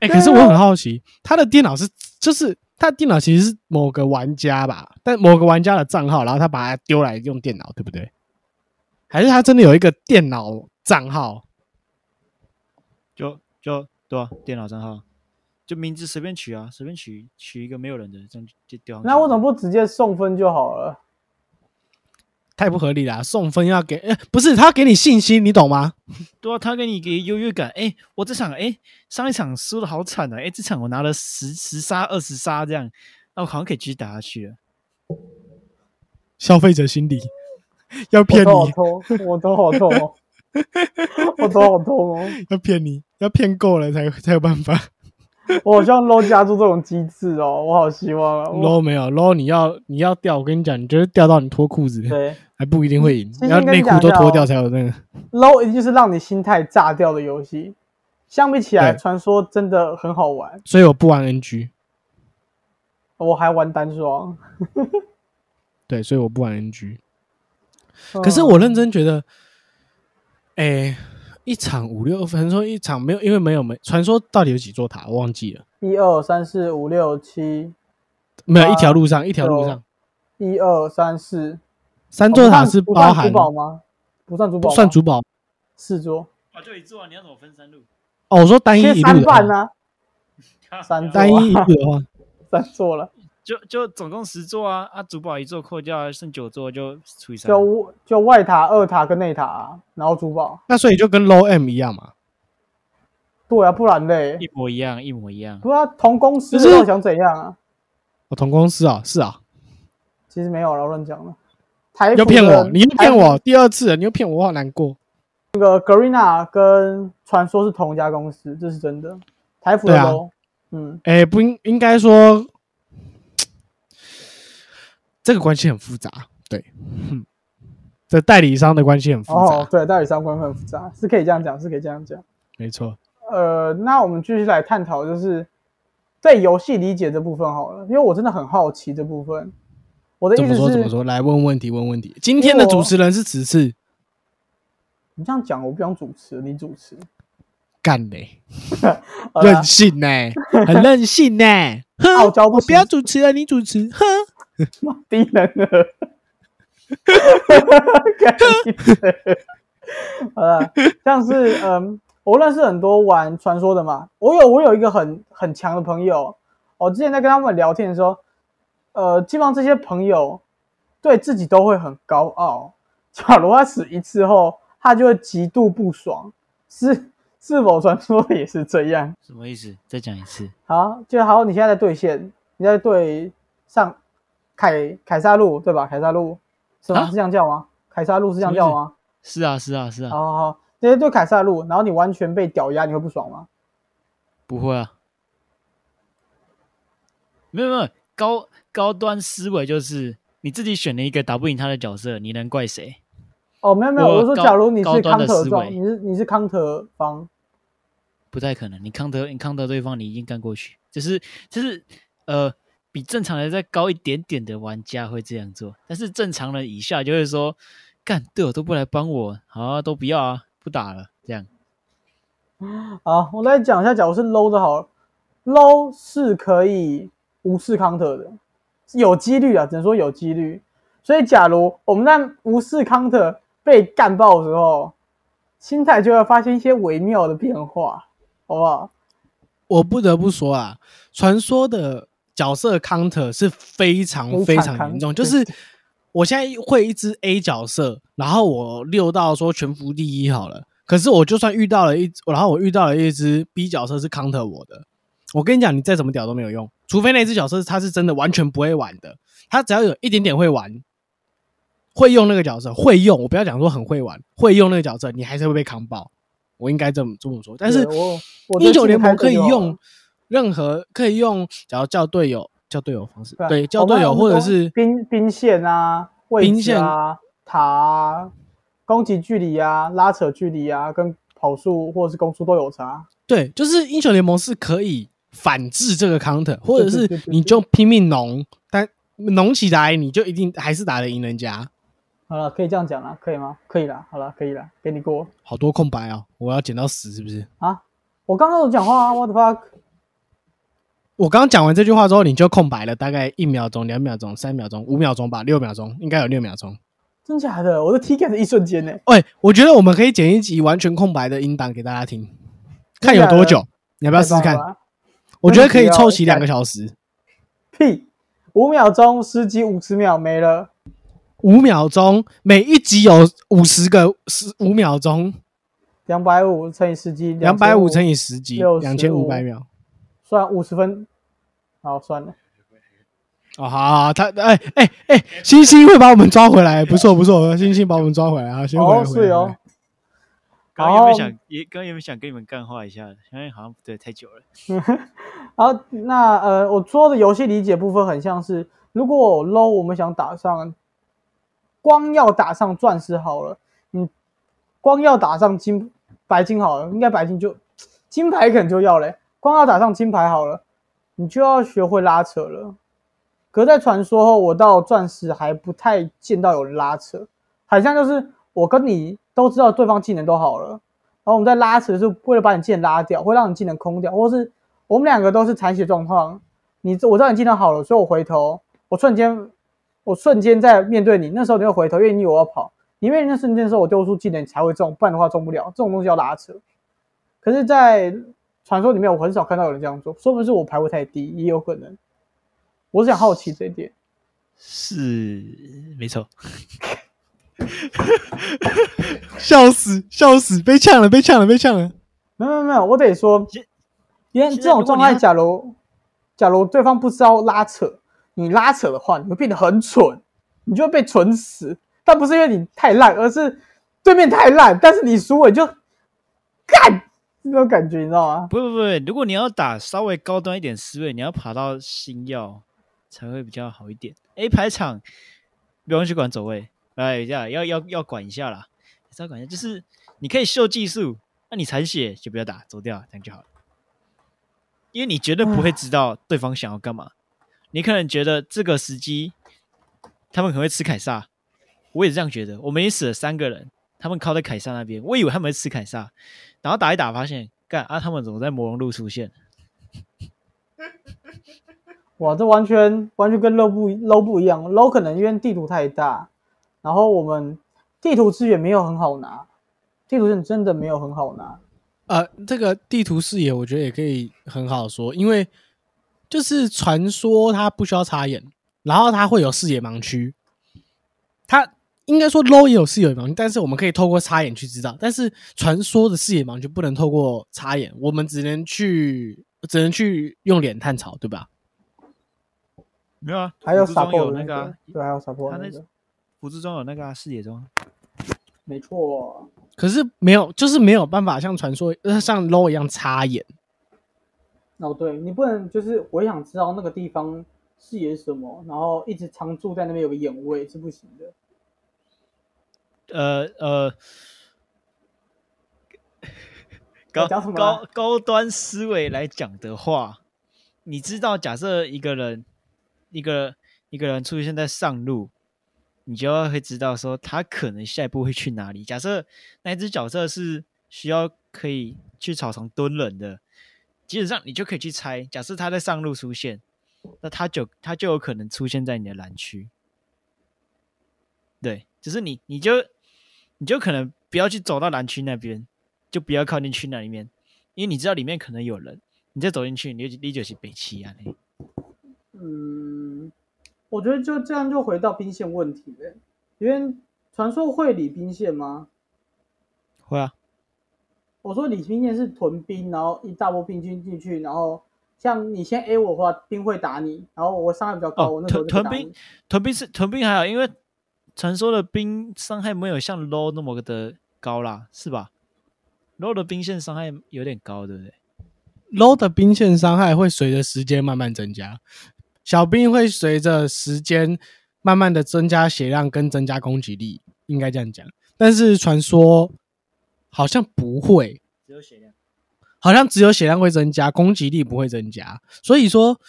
哎、
对
可是我
啊
很好奇，他的电脑是就是他的电脑其实是某个玩家吧，但某个玩家的账号，然后他把它丢来用电脑，对不对？还是他真的有一个电脑账号？
就就对啊，电脑账号就名字随便取啊，随便取取一个没有人的，这样就丢上去。
那为什么不直接送分就好了？
太不合理啦！送分要给，呃不是他要给你信心，你懂吗？
对啊，他给你一个优越感。哎，我这场哎上一场输的好惨啊，哎这场我拿了十十杀二十杀这样，那我好像可以继续打下去了。
消费者心理 要
我
骗
头好
你，
痛，我头好痛哦，我头好痛哦，
要骗你，要骗够了才才有办 法。
我好像 low 加注这种机制哦，我好希望啊。我
low 没有 low，你哦要你要掉，我跟你讲，你就是掉到你脱裤子，
对
还不一定会赢，
其实
你要
应该
内
是这
裤
样
都
的
脱
哦
掉才有那个。
，low 就是让你心态炸掉的游戏。相比起来，
对
传说真的很好玩，
所以我不玩 NG。
我还玩单双。
对，所以我不玩 NG。可
嗯
是我认真觉得，哎、一场五六分说一场没有，因为没有没传说到底有几座塔，我忘记了，
一二三四五六七，
没有一条路上一条路
有
上
一二三四，
三
哦
座
不
塔
算
是
不
包
算
含
珠宝吗？不算珠宝
不
吗，
算主堡
四桌，
啊，就一座，你要怎么分三路？
哦，我说单一
其实
一路
三
的话
半，呢， 啊三
单一一路的话，
三座了，
就就总共十座啊啊，主宝一座扣掉剩九座就除以三。
就就外塔、二塔跟内塔啊，然后珠宝，
那所以就跟 Low M 一样嘛，
对啊，不然嘞，
一模一样，一模一样。
不是啊，同公司
可是
到底想怎样啊？
哦，同公司啊，是啊，
哎其实没有了，我乱讲了。台服
又骗我，
的
你又骗我，第二次了，你又骗我，我好难过。
那个 Garena 跟传说是同一家公司，这是真的。台服的
对啊
LO，、嗯，
哎、不应应该说，这个关系很复杂，对， 哼这代理商的关系很复杂，
哦，对，代理商关系很复杂，是可以这样讲，是可以这样讲。
没错，
呃，那我们继续来探讨，就是在游戏理解这部分好了，因为我真的很好奇这部分。我的
怎
意
么
思
说
是，
怎么说？来问问题，问问题。今天的主持人是此次
你这样讲，我不想主持，你主持。
干嘞、
好啦
任性呢、 很任性呢、哼
呃傲娇不
我
行
不要主持了，你主持，哼，
低能儿。干你娘好了，像是嗯，我认识很多玩传说的嘛，我有我有一个很很强的朋友，我之前在跟他们聊天的时候，呃，基本上这些朋友对自己都会很高傲，假如他死一次后，他就会极度不爽，是是否传说也是这样？
什么意思？再讲一次。
好，就好，你现在在对线，你在对上凯凯撒路对吧？凯撒路是吗？
啊
是这样叫吗？凯撒路是这样叫吗？哦
是啊，是啊，是啊，
好好好，直接对凯撒路，然后你完全被屌压，你会不爽吗？
不会啊，没有没有高高端思维就是你自己选了一个打不赢他的角色，你能怪谁？
哦，没有没有，
我
我是说，
高
假如你是
高端的
counter
思
状，
维
你是你是 counter 方，
不太可能，你康德你康德对方，你一定干过去，只是就是呃，比正常人再高一点点的玩家会这样做，但是正常人以下就会说，干队友都不来帮我，好啊，都不要啊，不打了，这样
好，我来讲一下，假如是 low 的好了，low 是可以无视 counter 的，有几率啊，只能说有几率。所以，假如我们在无视 counter 被干爆的时候，心态就会发生一些微妙的变化，好不好？
我不得不说啊，传说的角色 counter 是非常非常严重，
非常 counter
就是我现在会一只 A 角色，然后我溜到说全服第一好了，可是我就算遇到了一，然后我遇到了一只 B 角色是 counter 我的，我跟你讲，你再怎么屌都没有用，除非那只角色他是真的完全不会玩的，他只要有一点点会玩。会用那个角色，会用，我不要讲说很会玩，会用那个角色，你还是会被扛爆。我应该这么这么说，但是
对我我
英雄
对
联盟
这个
可
态
以
度就好
用
了
任何可以用，只要叫队友叫队友方式，
对啊
对，叫
我们
队友
我们
或者
攻
是
兵兵线啊、位
兵
置
线
啊、塔啊、攻击距离啊、拉扯距离啊，跟跑速或者是攻速都有差。
对，就是英雄联盟是可以反制这个 counter，或者
对对
是
对
你就拼命农，但农起来你就一定还是打得赢人家。
好了，可以这样讲了，可以吗？可以了，好了，可以了，给你过。
好多空白哦，我要剪到死是不是？
我刚刚有讲话啊，what the fuck？
我刚刚讲完这句话之后，你就空白了，大概一秒钟、两秒钟、三秒钟、五秒钟吧，六秒钟应该有六秒钟。
真假的？我的 T 感的一瞬间呢、
喂，我觉得我们可以剪一集完全空白的音档给大家听，看有多久。你要
要
不要试试看？我觉得可以凑齐
真的
两
不要
个小时，
屁，五秒钟十几五十秒没了，
五秒钟，每一集有五十个十五秒钟，
两百五乘以十几，
两百五乘
以
以十集，两千五
65
百秒。
算五十分，好算了。
哦，好好，好他哎哎哎，星星会把我们抓回 来，不错不错，星星把我们抓回来啊，先回来
哦，
回
是
来。
哦，
刚刚有没有
哦
想也刚刚有没有想跟你们干话一下的？因为好像不对，太久了。
好，那呃，我说的游戏理解部分很像是，如果我 low，我们想打上，光要打上钻石好了，你光要打上金白金好了，应该白金就金牌可能就要嘞，光要打上金牌好了，你就要学会拉扯了。可在传说后，我到钻石还不太见到有拉扯，好像就是我跟你都知道对方技能都好了，然后我们在拉扯，是为了把你技能拉掉，会让你技能空掉，或是我们两个都是残血状况，你我知道你技能好了，所以我回头，我瞬间，我瞬间在面对你，那时候你会回头，因为你以为我要跑，你面对那瞬间的时候，我丢出技能你才会中，不然的话中不了，这种东西要拉扯。可是，在传说里面，我很少看到有人这样做，说不定是我排位太低，也有可能。我是想好奇这一点，
是没错，
笑死笑死，被呛了被呛了被呛了。
没有没有没有，我得说
其实，
因为
其实
这种
如果
状
你
态，
要
假如假如对方不知道拉扯，你拉扯的话，你会变得很蠢。你就会被蠢死。但不是因为你太烂，而是对面太烂，但是你输了你就干那种感觉，你知道吗？
不不不，如果你要打稍微高端一点思维，你要爬到星耀才会比较好一点。A 排场不用去管走位，哎，这样要要要管一下啦，还是要管一下，就是你可以秀技术，那你残血就不要打，走掉这样就好了。因为你绝对不会知道对方想要干嘛，你可能觉得这个时机他们可能会吃凯撒，我也是这样觉得。我们也死了三个人，他们靠在凯撒那边，我以为他们会吃凯撒，然后打一打发现，干啊，他们怎么在魔龙路出现？
哇，这完全完全跟 low 不 low 不一样，low 可能因为地图太大，然后我们地图资源没有很好拿，地图资源真的没有很好拿。
呃，这个地图视野我觉得也可以很好说，因为就是传说它不需要插眼，然后它会有视野盲区。它应该说 low 也有视野盲区，但是我们可以透过插眼去知道。但是传说的视野盲区不能透过插眼，我们只能去只能去用脸探草，对吧？
没有啊，
还有
辅助
撒
中
破
有
的
那个啊
个，，对，还有撒破
他
的那
那
个，
辅助中有那个啊视野中，
没错。
可是没有，就是没有办法像传说呃像 low 一样插眼。
哦，对你不能就是我想知道那个地方是演什么，然后一直常住在那边有个眼位是不行的。
呃呃，高
讲什么啊
高高端思维来讲的话，你知道，假设一个人一个一个人出现在上路，你就要会知道说他可能下一步会去哪里。假设那一只角色是需要可以去草丛蹲人的，基本上你就可以去猜，假设他在上路出现，那他就他就有可能出现在你的蓝区。对，就是你，你就你就可能不要去走到蓝区那边，就不要靠近区那里面，因为你知道里面可能有人，你再走进去，你就你就是北七啊。你
嗯，我觉得就这样就回到兵线问题了，因为传说会理兵线吗？
会啊，
我说理兵线是屯兵，然后一大波兵军进去，然后像你先 A 我的话，兵会打你，然后我伤害比较高，
哦
我那时候
屯
就被打
屯兵
你
屯兵是屯兵还好，因为传说的兵伤害没有像 low 那么的高啦，是吧？low 的兵线伤害有点高，对不对？
low 的兵线伤害会随着时间慢慢增加，小兵会随着时间慢慢的增加血量跟增加攻击力，应该这样讲。但是传说好像不会，
只有血量。
好像只有血量会增加，攻击力不会增加。所以说，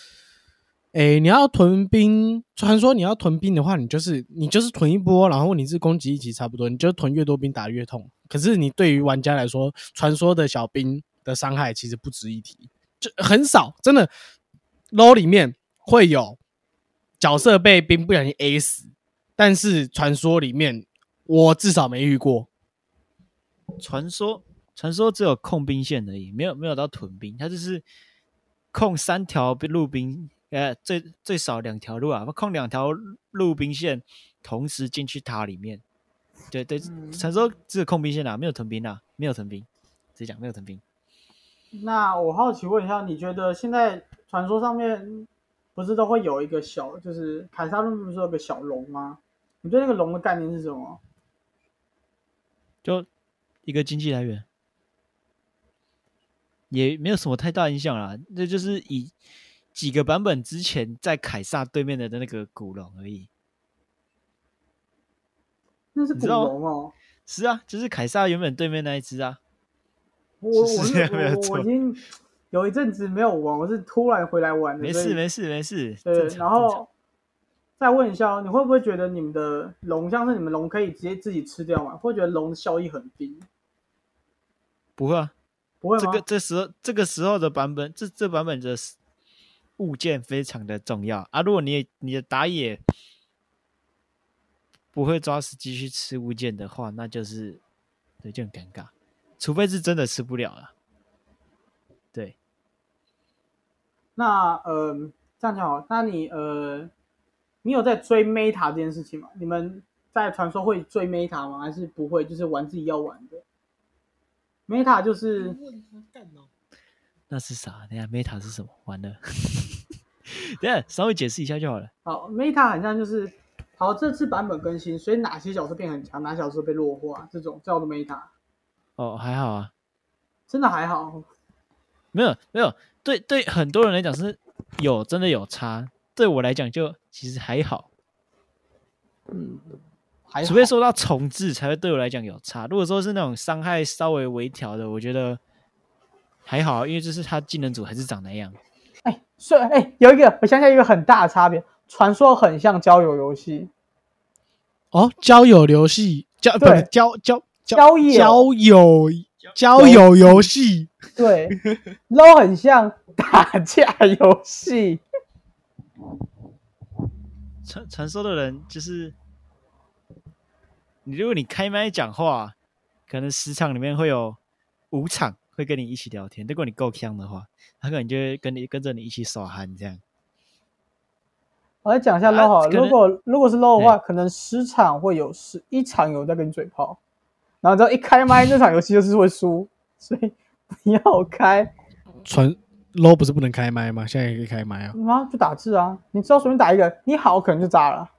诶、你要屯兵，传说你要屯兵的话，你就是你就是屯一波，然后你是攻击一级差不多，你就屯越多兵打越痛。可是你对于玩家来说，传说的小兵的伤害其实不值一提，就很少，真的 low 里面会有角色被兵不小心 A 死，但是传说里面我至少没遇过。
传说传说只有控兵线而已，没有没有到屯兵，它就是控三条路兵，呃，最最少两条路啊，控两条路兵线，同时进去塔里面。对对，
嗯
传说只有控兵线啊，没有屯兵啊，没有屯兵，直接讲没有屯兵。
那我好奇问一下，你觉得现在传说上面不是都会有一个小，就是凯撒路不是有个小龙吗？你对那个龙的概念是什么？
就一个经济来源，也没有什么太大影响啦。那就是以几个版本之前在凯撒对面的那个古龙而已。
那是
你
古
知道
龙 哦。
是啊，就是凯撒原本对面那一只啊。
我我
是
是
这样
我
没有
我我
错
已经有一阵子没有玩，我是突然回来玩的。
没
所以
事没事没事，
对
正，常
然
正常
后再问一下哦，你会不会觉得你们的龙像是你们龙可以直接自己吃掉吗？会觉得龙的效益很低？
不会啊，
不会
这
吗？
个这时候这个时候的版本，这这版本的 s- 物件非常的重要啊。如果你也你的打野不会抓时机去吃物件的话，那就是对就很尴尬，除非是真的吃不了了。对，
那呃，这样讲好，那你呃，你有在追 Meta 这件事情吗？你们在传说会追 Meta 吗？还是不会？就是玩自己要玩的。Meta 就是
那是啥？等一下 Meta 是 什么？完了，等一下稍微解释一下就好了。
好，Meta 好像就是好，这次版本更新，所以哪些角色变很强，哪些角色被弱化，这种叫做 meta，
哦，还好啊，
真的还好。
没有没有，对对，很多人来讲是有真的有差，对我来讲就其实还好，
嗯，还好
除非受到重置才会对我来讲有差。如果说是那种伤害稍微微调的，我觉得还好啊，因为就是他技能组还是长那样。
哎，是哎，有一个我想起来一个很大的差别，传说很像交友游戏，
哦，交友游戏，交不
对
是交交
交友
交友交友游戏，
对，low 很像打架游戏，
传传说的人就是，你如果你开麦讲话，可能十场里面会有五场会跟你一起聊天。如果你够呛的话，他可能就会跟你跟着你一起耍憨这样。
我来讲一下
啊
low 好了，
可
如
能哎
果如果是 low 的话，可能十场会有十一场有在跟你嘴炮，然后只要一开麦，这场游戏就是会输，所以不要开，
传 low 不是不能开麦吗？现在也可以开麦啊。
妈就打字啊，你知道随便打一个，你好可能就炸了，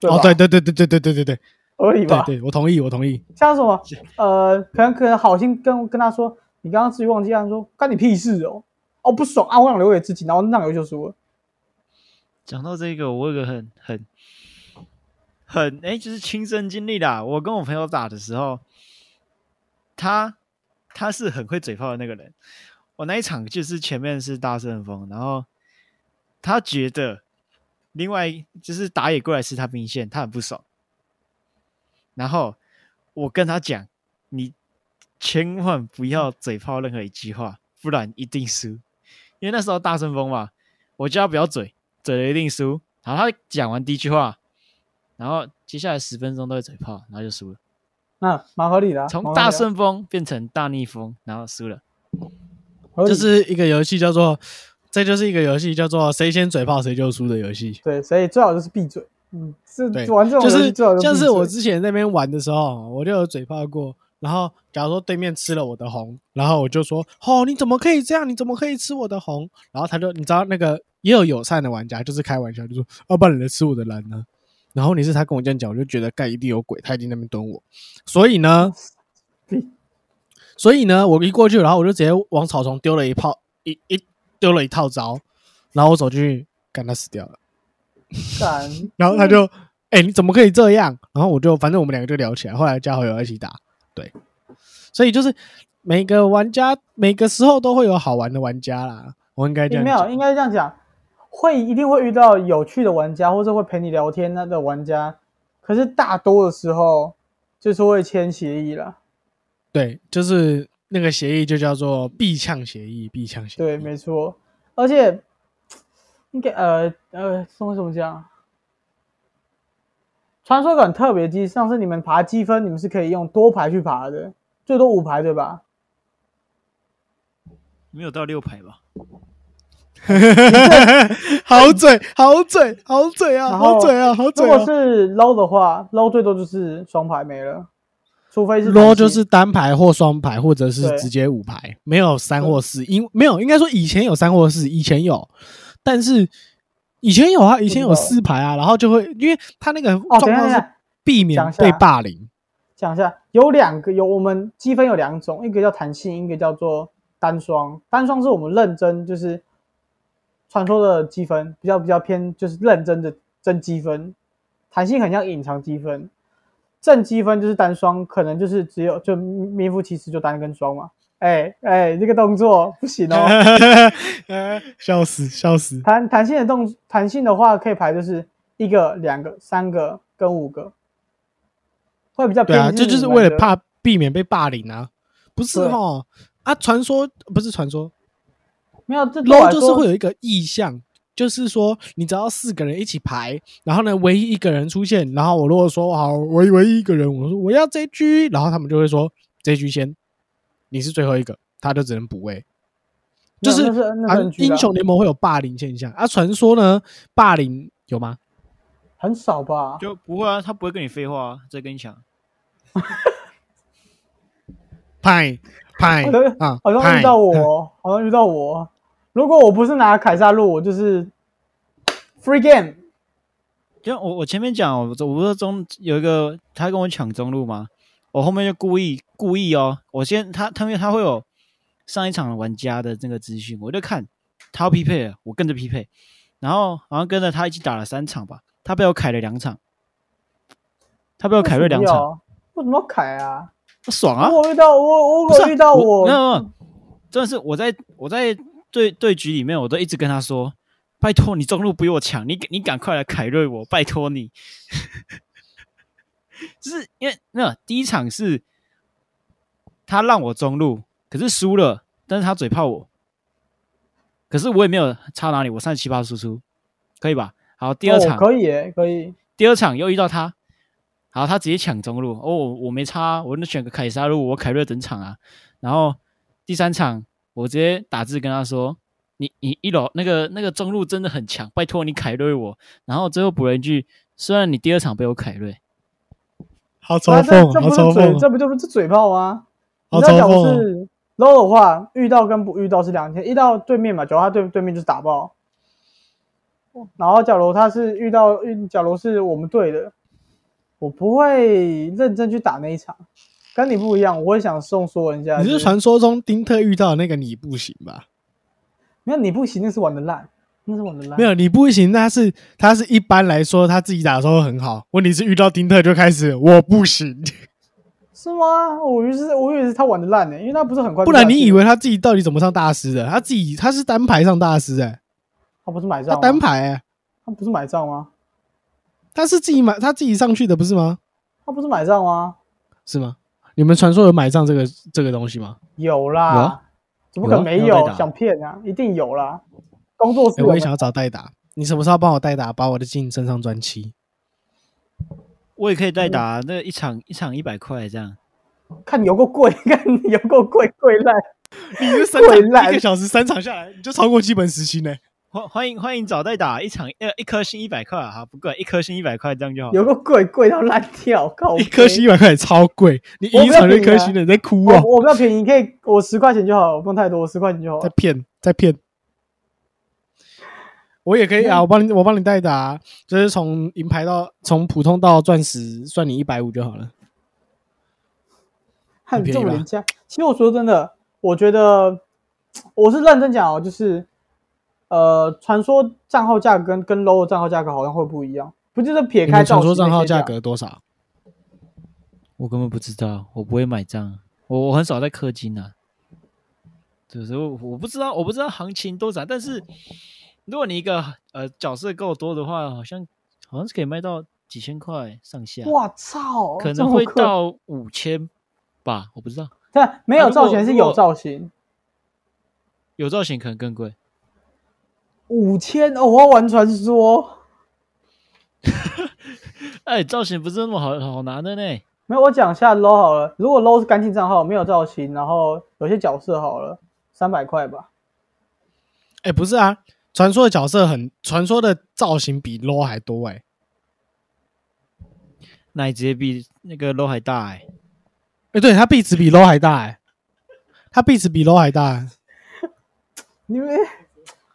对吧？
哦，对，对对对对对对对对
合理吧
对？对，我同意我同意。
像什么呃，可能可能好心跟跟他说，你刚刚自己忘记按，他说干你屁事哦，哦不爽啊，我想留给自己，然后那场游戏就输了。
讲到这个，我有个很很很哎、就是亲身经历啦。我跟我朋友打的时候，他他是很会嘴炮的那个人。我那一场就是前面是大顺风，然后他觉得另外就是打野过来是他兵线，他很不爽。然后我跟他讲，你千万不要嘴炮任何一句话，不然一定输。因为那时候大顺风嘛，我叫他不要嘴，嘴了一定输。然后他讲完第一句话，然后接下来十分钟都在嘴炮，然后就输了。
那蛮合理的啊、
从
蛮合理
大
的
顺风变成大逆风，然后输了。
合理
就是一个游戏叫做，这就是一个游戏叫做谁先嘴炮谁就输的游戏。
对，所以最好就是闭嘴。嗯，是
对，
玩这种
就
游戏
是
最好就
像
闭
是我
嘴
之前那边玩的时候，我就有嘴炮过。然后假如说对面吃了我的红，然后我就说：“哦，你怎么可以这样？你怎么可以吃我的红？”然后他就你知道那个也有友善的玩家，就是开玩笑就说：“要、不然你来吃我的蓝呢、然后你是他跟我这样讲，我就觉得盖一定有鬼，他已经在那边蹲我，所以呢，所以呢，我一过去，然后我就直接往草丛丢了一炮，一一丢了一套招，然后我走进去，干他死掉了。
干，
然后
嗯
他就，哎、你怎么可以这样？然后我就，反正我们两个就聊起来，后来加好友一起打，对，所以就是每个玩家每个时候都会有好玩的玩家啦，我应该这
也
样
没有，
讲
应，该这样讲，会一定会遇到有趣的玩家，或者会陪你聊天那的玩家，可是大多的时候就是会签协议了。
对，就是那个协议就叫做避呛协议，避呛协议，
对，没错，而且应该呃呃，怎么怎么讲？传说很特别机，上次你们爬积分，你们是可以用多排去爬的，最多五排对吧？
没有到六排吧？
好嘴，好嘴，好嘴啊，
然后
好嘴啊，好
如
嘴
果
啊
是 low 的话，low 最多就是双排没了，除非是
，low
弹性
就是单排或双排，或者是
对
直接五排，没有三或四，因没有应该说以前有三或四，以前有，但是以前有啊，以前有四排啊，然后就会因为他那个
哦，
状
等一下等
况
一
是
下，
避
讲
免
一下
被霸凌，
讲一下，有两个有我们积分有两种，一个叫弹性，一个叫做单双。单双是我们认真就是传说的积分，比较比较偏就是认真的真积分，弹性很像隐藏积分。正积分就是单双，可能就是只有就名名副其实就单跟双嘛。哎哎，这个动作不行哦。
呃 笑死笑死，
弹弹性的动弹性的话，可以排就是一个、两个、三个跟五个，会比较
对
偏
啊，
向
这就
你
是
们
为了
的
怕避免被霸凌啊，不是
对
哈啊，传说不是传说
没有这
low 就是会
有
有一个意向。就是说，你只要四个人一起排，然后呢，唯一一个人出现，然后我如果说好，唯唯一一个人，我说我要这一局，然后他们就会说这一局先，你是最后一个，他就只能补位。就是
那是那
啊
是 NG 啦
英雄联盟会有霸凌现象啊，传说呢，霸凌有吗？
很少吧？
就不会啊，他不会跟你废话啊，再跟你抢。
派派
好像
啊，
好像
派
遇到我哦，好像遇到我哦。如果我不是拿凯撒路，我就是 free game。
就我我前面讲，哦我我不是中有一个他跟我抢中路吗？我后面就故意故意哦，我先他他们他会有上一场玩家的那个资讯，我就看他要匹配了，我跟着匹配，然后好像跟着他一起打了三场吧，他被我凯了两场，他被我凯瑞两场，
场，为什么要凯啊？
爽啊！
我遇到我，我
不是
有
啊
遇到我哦
没，有没有，真的是我在我在对对局里面，我都一直跟他说，拜托你中路比我强，你你赶快来凯瑞我，拜托你。 就是因为那第一场是他让我中路，可是输了，但是他嘴炮我，可是我也没有差哪里，我三十七八输出，可以吧？好，第二
哦
场、
可以耶，可以，
第二场又遇到他，好，他直接抢中路，哦，我我没差啊、我那选个凯撒路，我凯瑞整场啊。然后第三场我直接打字跟他说，你你一楼那个那个中路真的很强，拜托你凯瑞我。然后最后补了一句，虽然你第二场被我凯瑞，
好
那
嘲
啊这
讽，
这
好
不
嘲
是嘴，
讽，
这不就是嘴炮吗？
好
你要
嘲
讲
讽
的
哦！
是 low 的话，遇到跟不遇到是两天，遇到对面嘛，假如他对对面就是打爆，然后假如他是遇到，遇假如是我们队的，我不会认真去打那一场，跟你不一样，我会想送说人家。
你是传说中丁特遇到的那个你不行吧？
没有你不行，那是玩的烂，那是玩的烂。
没有，你不行，那是他是一般来说他自己打的时候很好，问题是遇到丁特就开始我不行，
是吗？我以为是，我以为是他玩的烂呢、因为他不是很快就
不
下去了。
然你以为他自己到底怎么上大师的？他自己他是单排上大师哎、
他不是买账
他
吗？
单排、欸，
他不是买账吗？
他是自己买他自己上去的不是吗？
他不是买账吗？
是吗？你们传说有买账这个这个东西吗？
有啦，
有啊
怎么可能没
有啊有被打
想骗啊，一定有啦。工作室
哎、
有
我也
没
想要找代打，你什么时候帮我代打，把我的进身上专七？
我也可以代打啊、那一场一场一百块这样。
看有够贵， 看有够贵，贵 烂。
你这三
跪烂
场一个小时三场下来，你就超过基本时薪呢、 欸
欢欢迎欢迎找代打，一场呃一颗星一百块啊，好不贵，一颗星一百块这样就好。
有个贵贵到烂掉，靠北！
一颗星一百块也超贵，你
我不
一场就一颗
要
星
你啊
了，你在哭
我
哦、
我不要便宜，你可以我十块钱就好，不用太多，我十块钱就好
在。骗，在骗。我也可以啊，我帮你，我帮你代打啊、就是从银牌到从普通到钻石，算你一百五就好了。
很
便宜
重
吧
人家。其实我说真的，我觉得我是认真讲哦，就是呃，传说账号价格跟跟 low 的账号价格好像会不一样，不就是撇
你
开
们传
造
说
型
账
那
号
些啊
价
讲
格多少？
我根本不知道，我不会买账，我我很少在氪金啊。就是我我不知道，我不知道行情多少，但是如果你一个呃角色够多的话，好像好像是可以卖到几千块上下，
哇操，
可
这
能
么
会
贵
到五千吧，我不知道。
但没
啊
有
如
造
果
型是
如
有
果
造型，
有造型可能更贵，
五千哦，我要玩传说。
哎，造型不是那么好好拿的呢。
没有，我讲一下 low 好了。如果 low 是干净账号，没有造型，然后有些角色好了，三百块吧。
哎、不是啊，传说的角色很，传说的造型比 low 还多哎、
那你直接比那个 low 还大哎、
哎、对，它壁纸比 low 还大哎、它壁纸比 low 还大、欸。
你们，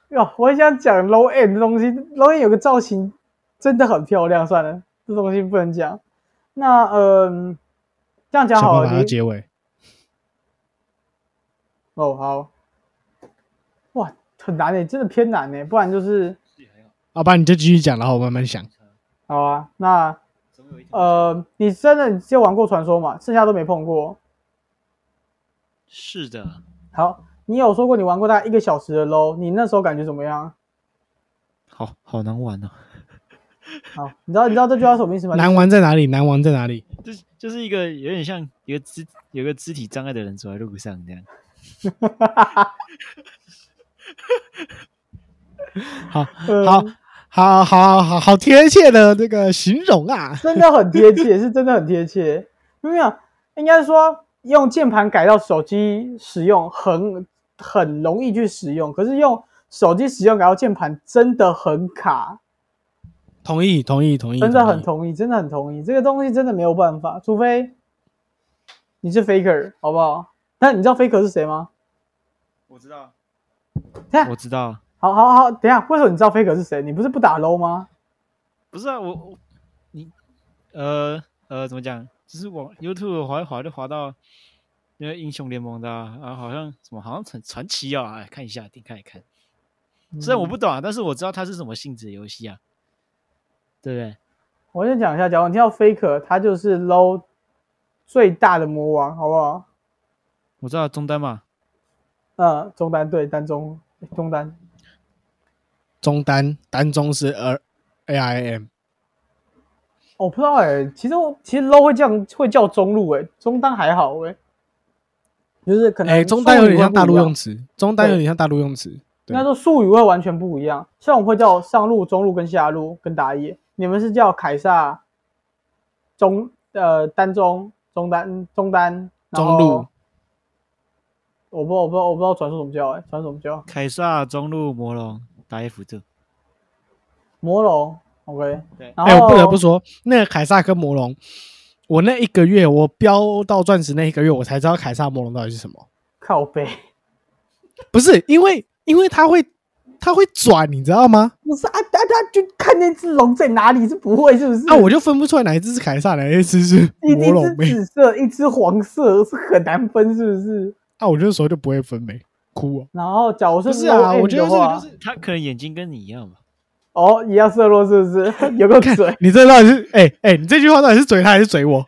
哟，我很想讲 low end 的东西。low end 有个造型真的很漂亮，算了，这东西不能讲。那嗯、这样讲
想
好
办
了
法要
你。
结尾，
哦，好。哇，很难诶、欸真的偏难诶、不然就是
好吧，你就继续讲，然后我慢慢想。
好啊。那
总有一天
呃，你真的只有玩过传说嘛？剩下都没碰过。
是的，
好，你有说过你玩过大概一个小时的 LO，你那时候感觉怎么样？
好好难玩哦。
好，你知道你知道这句话什么意思吗？
难玩在哪里？难玩在哪里？
就是就是一个有点像一个肢有个肢体障碍的人走在路上这样。
好，
呃
好，好，好，好，好贴切的这个形容啊！
真的很贴切，是真的很贴切。没有，应该说用键盘改到手机使用很很容易去使用，可是用手机使用改到键盘真的很卡，
同意，同意，同意，
真的很
意
同意，真的很同意。这个东西真的没有办法，除非你是 faker，好不好？那你知道 faker 是谁吗？
我知道，
等一下
我知道，
好好好，等一下，为什么你知道 faker 是谁？你不是不打 low 吗？
不是啊，我我你呃呃怎么讲？就是往 YouTube 滑一滑就滑到那个英雄联盟的啊，啊好像什么好像传传奇啊，哎看一下点开一看。虽然我不懂啊，但是我知道它是什么性质的游戏啊，对不对？
我先讲一下，假如你要 Faker，他就是 low 最大的魔王，好不好？
我知道中单嘛，
嗯，中单对单中中单，
中单单中是 R A I M，
哦我不知道哎、其实我其实 low 会这样会叫中路哎、中单还好哎、就是可能
哎，中单有点像大陆
用。
用词，中单有点像大陆用词，
应
对
该说术语会完全不一样，像我会叫上路、中路跟下路跟打野，你们是叫凯撒、中呃单中、中单、中单、然
中
后
路。
我不知道，我不知道，我不知道传说怎么叫哎、传说怎么叫？
凯撒、中路、魔龙、打野辅助，
魔龙，OK。
对
然后、
哎、我不得不说，那个凯撒跟魔龙，我那一个月我飙到钻石那一个月，我才知道凯撒魔龙到底是什么。
靠背，
不是因为，因为他会他会转，你知道吗？
不是啊，他他就看那只龙在哪里，是不会是不是？
啊，我就分不出来哪一只是凯撒，哪一只是
一
魔龙
一
妹
只。紫色，一只黄色，是很难分是不是？
啊，我那时候就不会分呗，哭哦、
然后假如是
不是啊，
low end
我觉得
的
这
话
个就是
他可能眼睛跟你一样吧。
哦，一样色弱是不是？ 有个嘴。
你这到底是哎哎、你这句话到底是嘴他还是嘴我？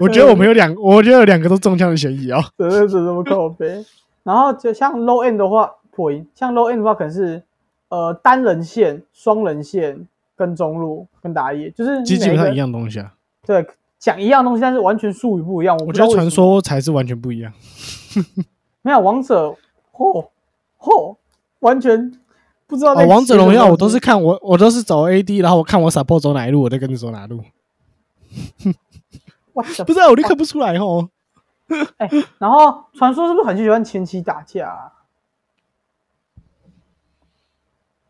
我觉得我们有两，我觉得有两个都中枪的嫌疑哦。
真的是这么靠背。然后就像 low end 的话，破音；像 low end 的话，可能是呃单人线、双人线跟中路跟打野，就是
基基本
每
上
个
一。样东西啊，
对，讲一样东西，但是完全术语不一样。我
我
不
觉得
知道为
传
什么
说才是完全不一样。
没有王者，嚯嚯，完全不知道在
哦，
骑什么东西。
王者荣耀我都是看我我都是走 AD，然后我看我 support 走哪一路，我再跟着走哪路。
哇，
不
不
是、啊，我就看不出来哦。
哎。然后传说是不是很喜欢前期打架啊？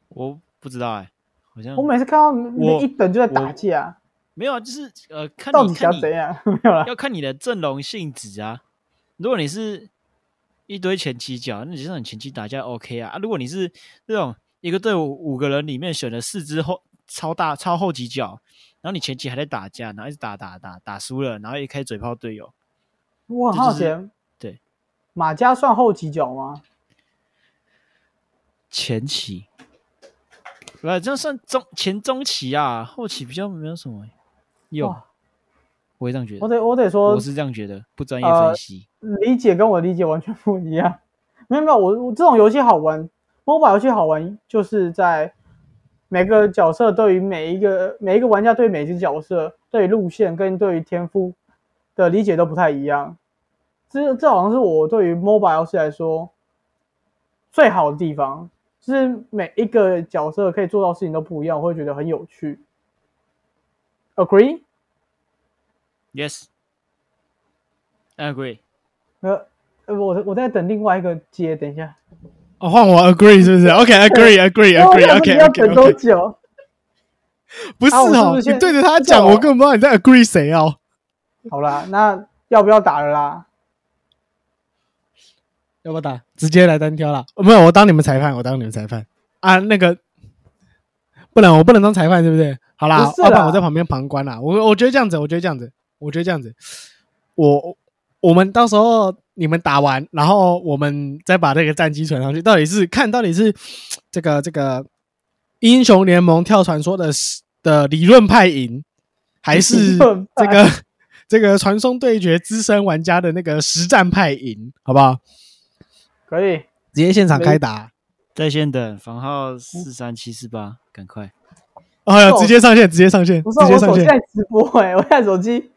我不知道哎、好
嗯
像
我每次看到每一等就在打架，
没有啊，就是呃，看
到
你
底想
看你
要怎样？啊没有啦，
要看你的阵容性质啊。如果你是一堆前期角，那你就让你前期打架 OK 啊。啊如果你是那种一个队伍五个人里面选了四只后超大超后几角，然后你前期还在打架，然后一直打打打打输了，然后一开始嘴炮队友，
我很好
这
奇
就是。对，
马加算后几脚吗？
前期，不这样算中前中期啊，后期比较没有什么用
哇，
我会这样觉得
我。得我得说
我，是这样觉得，不专业
呃
分析。
理解跟我理解完全不一样。没有没有，我我这种游戏好玩，MOBA 游戏好玩就是在每个角色对于每一个每一个玩家对每只角色对于路线跟对于天赋的理解都不太一样。这这好像是我对于 MOBA 游戏来说最好的地方，就是每一个角色可以做到事情都不一样，我会觉得很有趣。Agree？
Yes, I agree.
呃，呃我我在等另外一个接，等一下。
哦，换我 agree 是不是
我想说你要等多
？OK，agree，agree，agree，OK，OK，
久？
不是
啊我是
哦
不，是
你
先
对着他
不是哦
讲，我根本不知道你在 agree 谁哦。
好啦，那要不要打了啦？
要不要打？直接来单挑啦！哦没有，我当你们裁判，我当你们裁判啊。那个，不能，我不能当裁判，对不对？好啦，
不是
要不然
啦
我在旁边旁观啦。我我觉得这样子，我觉得这样子，我觉得这样子，我我们到时候你们打完，然后我们再把这个战绩传上去，到底是看到底是这个这个英雄联盟跳传说的的理论派赢，还是
理论
这
派
个这个传送对决资深玩家的那个实战派赢，好不好？
可以，
直接现场
没
开打，
在线等房
嗯
号四三七四八，赶快！
哎呀，
不是
直接上线，直接上线，
不是
直
啊
接
我手
上
机
线，
在直播哎、我现在手机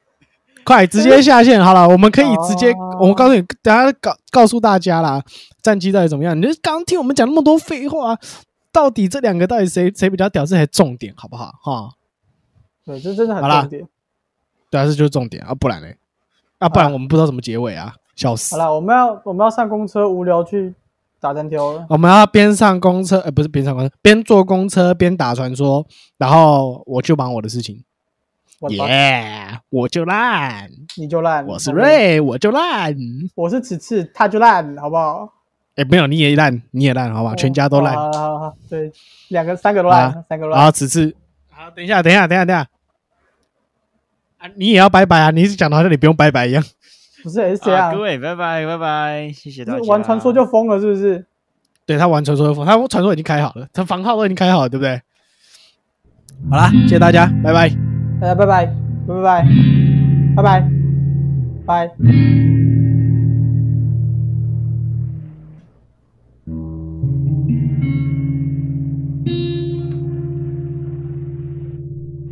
快直接下线好了，我们可以直接，
哦
我告诉你，等下告告诉大家啦，战绩到底怎么样？你就刚听我们讲那么多废话，到底这两个到底谁谁比较屌，这才重点，好不好？哈，
对，这真的很
好啦
重点。
对啊，这就是重点啊，不然嘞，啊，不然我们不知道怎么结尾啊，笑死
好！啦，我们要我们要上公车，无聊去打单挑了。
我们要边上公车，呃，不是边上公车，边坐公车边打传说，然后我就忙我的事情，
我
耶
操，
我就烂，
你就烂，
我是
好吧，
瑞，我就烂。
我是此次他就烂，好不好？
哎、没有，你也哦烂，你也烂，好吧，全家都烂。啊
好好好好对，两个三个都
好啊
烂，三个都
然
烂。
后此次，好，等一下，等一下，等一下，等一下。啊，你也要拜拜啊！你一直讲的好像你不用拜拜一样。
不是 S 这
啊，
样
各，位，拜拜，拜拜，谢谢大
是
家。
玩传说就疯了，是不是？
对他玩传说的风，他传说已经开好了，他房号都已经开好了，对不对？好啦，谢谢大家，拜拜。
大家拜拜，拜拜，拜拜，拜。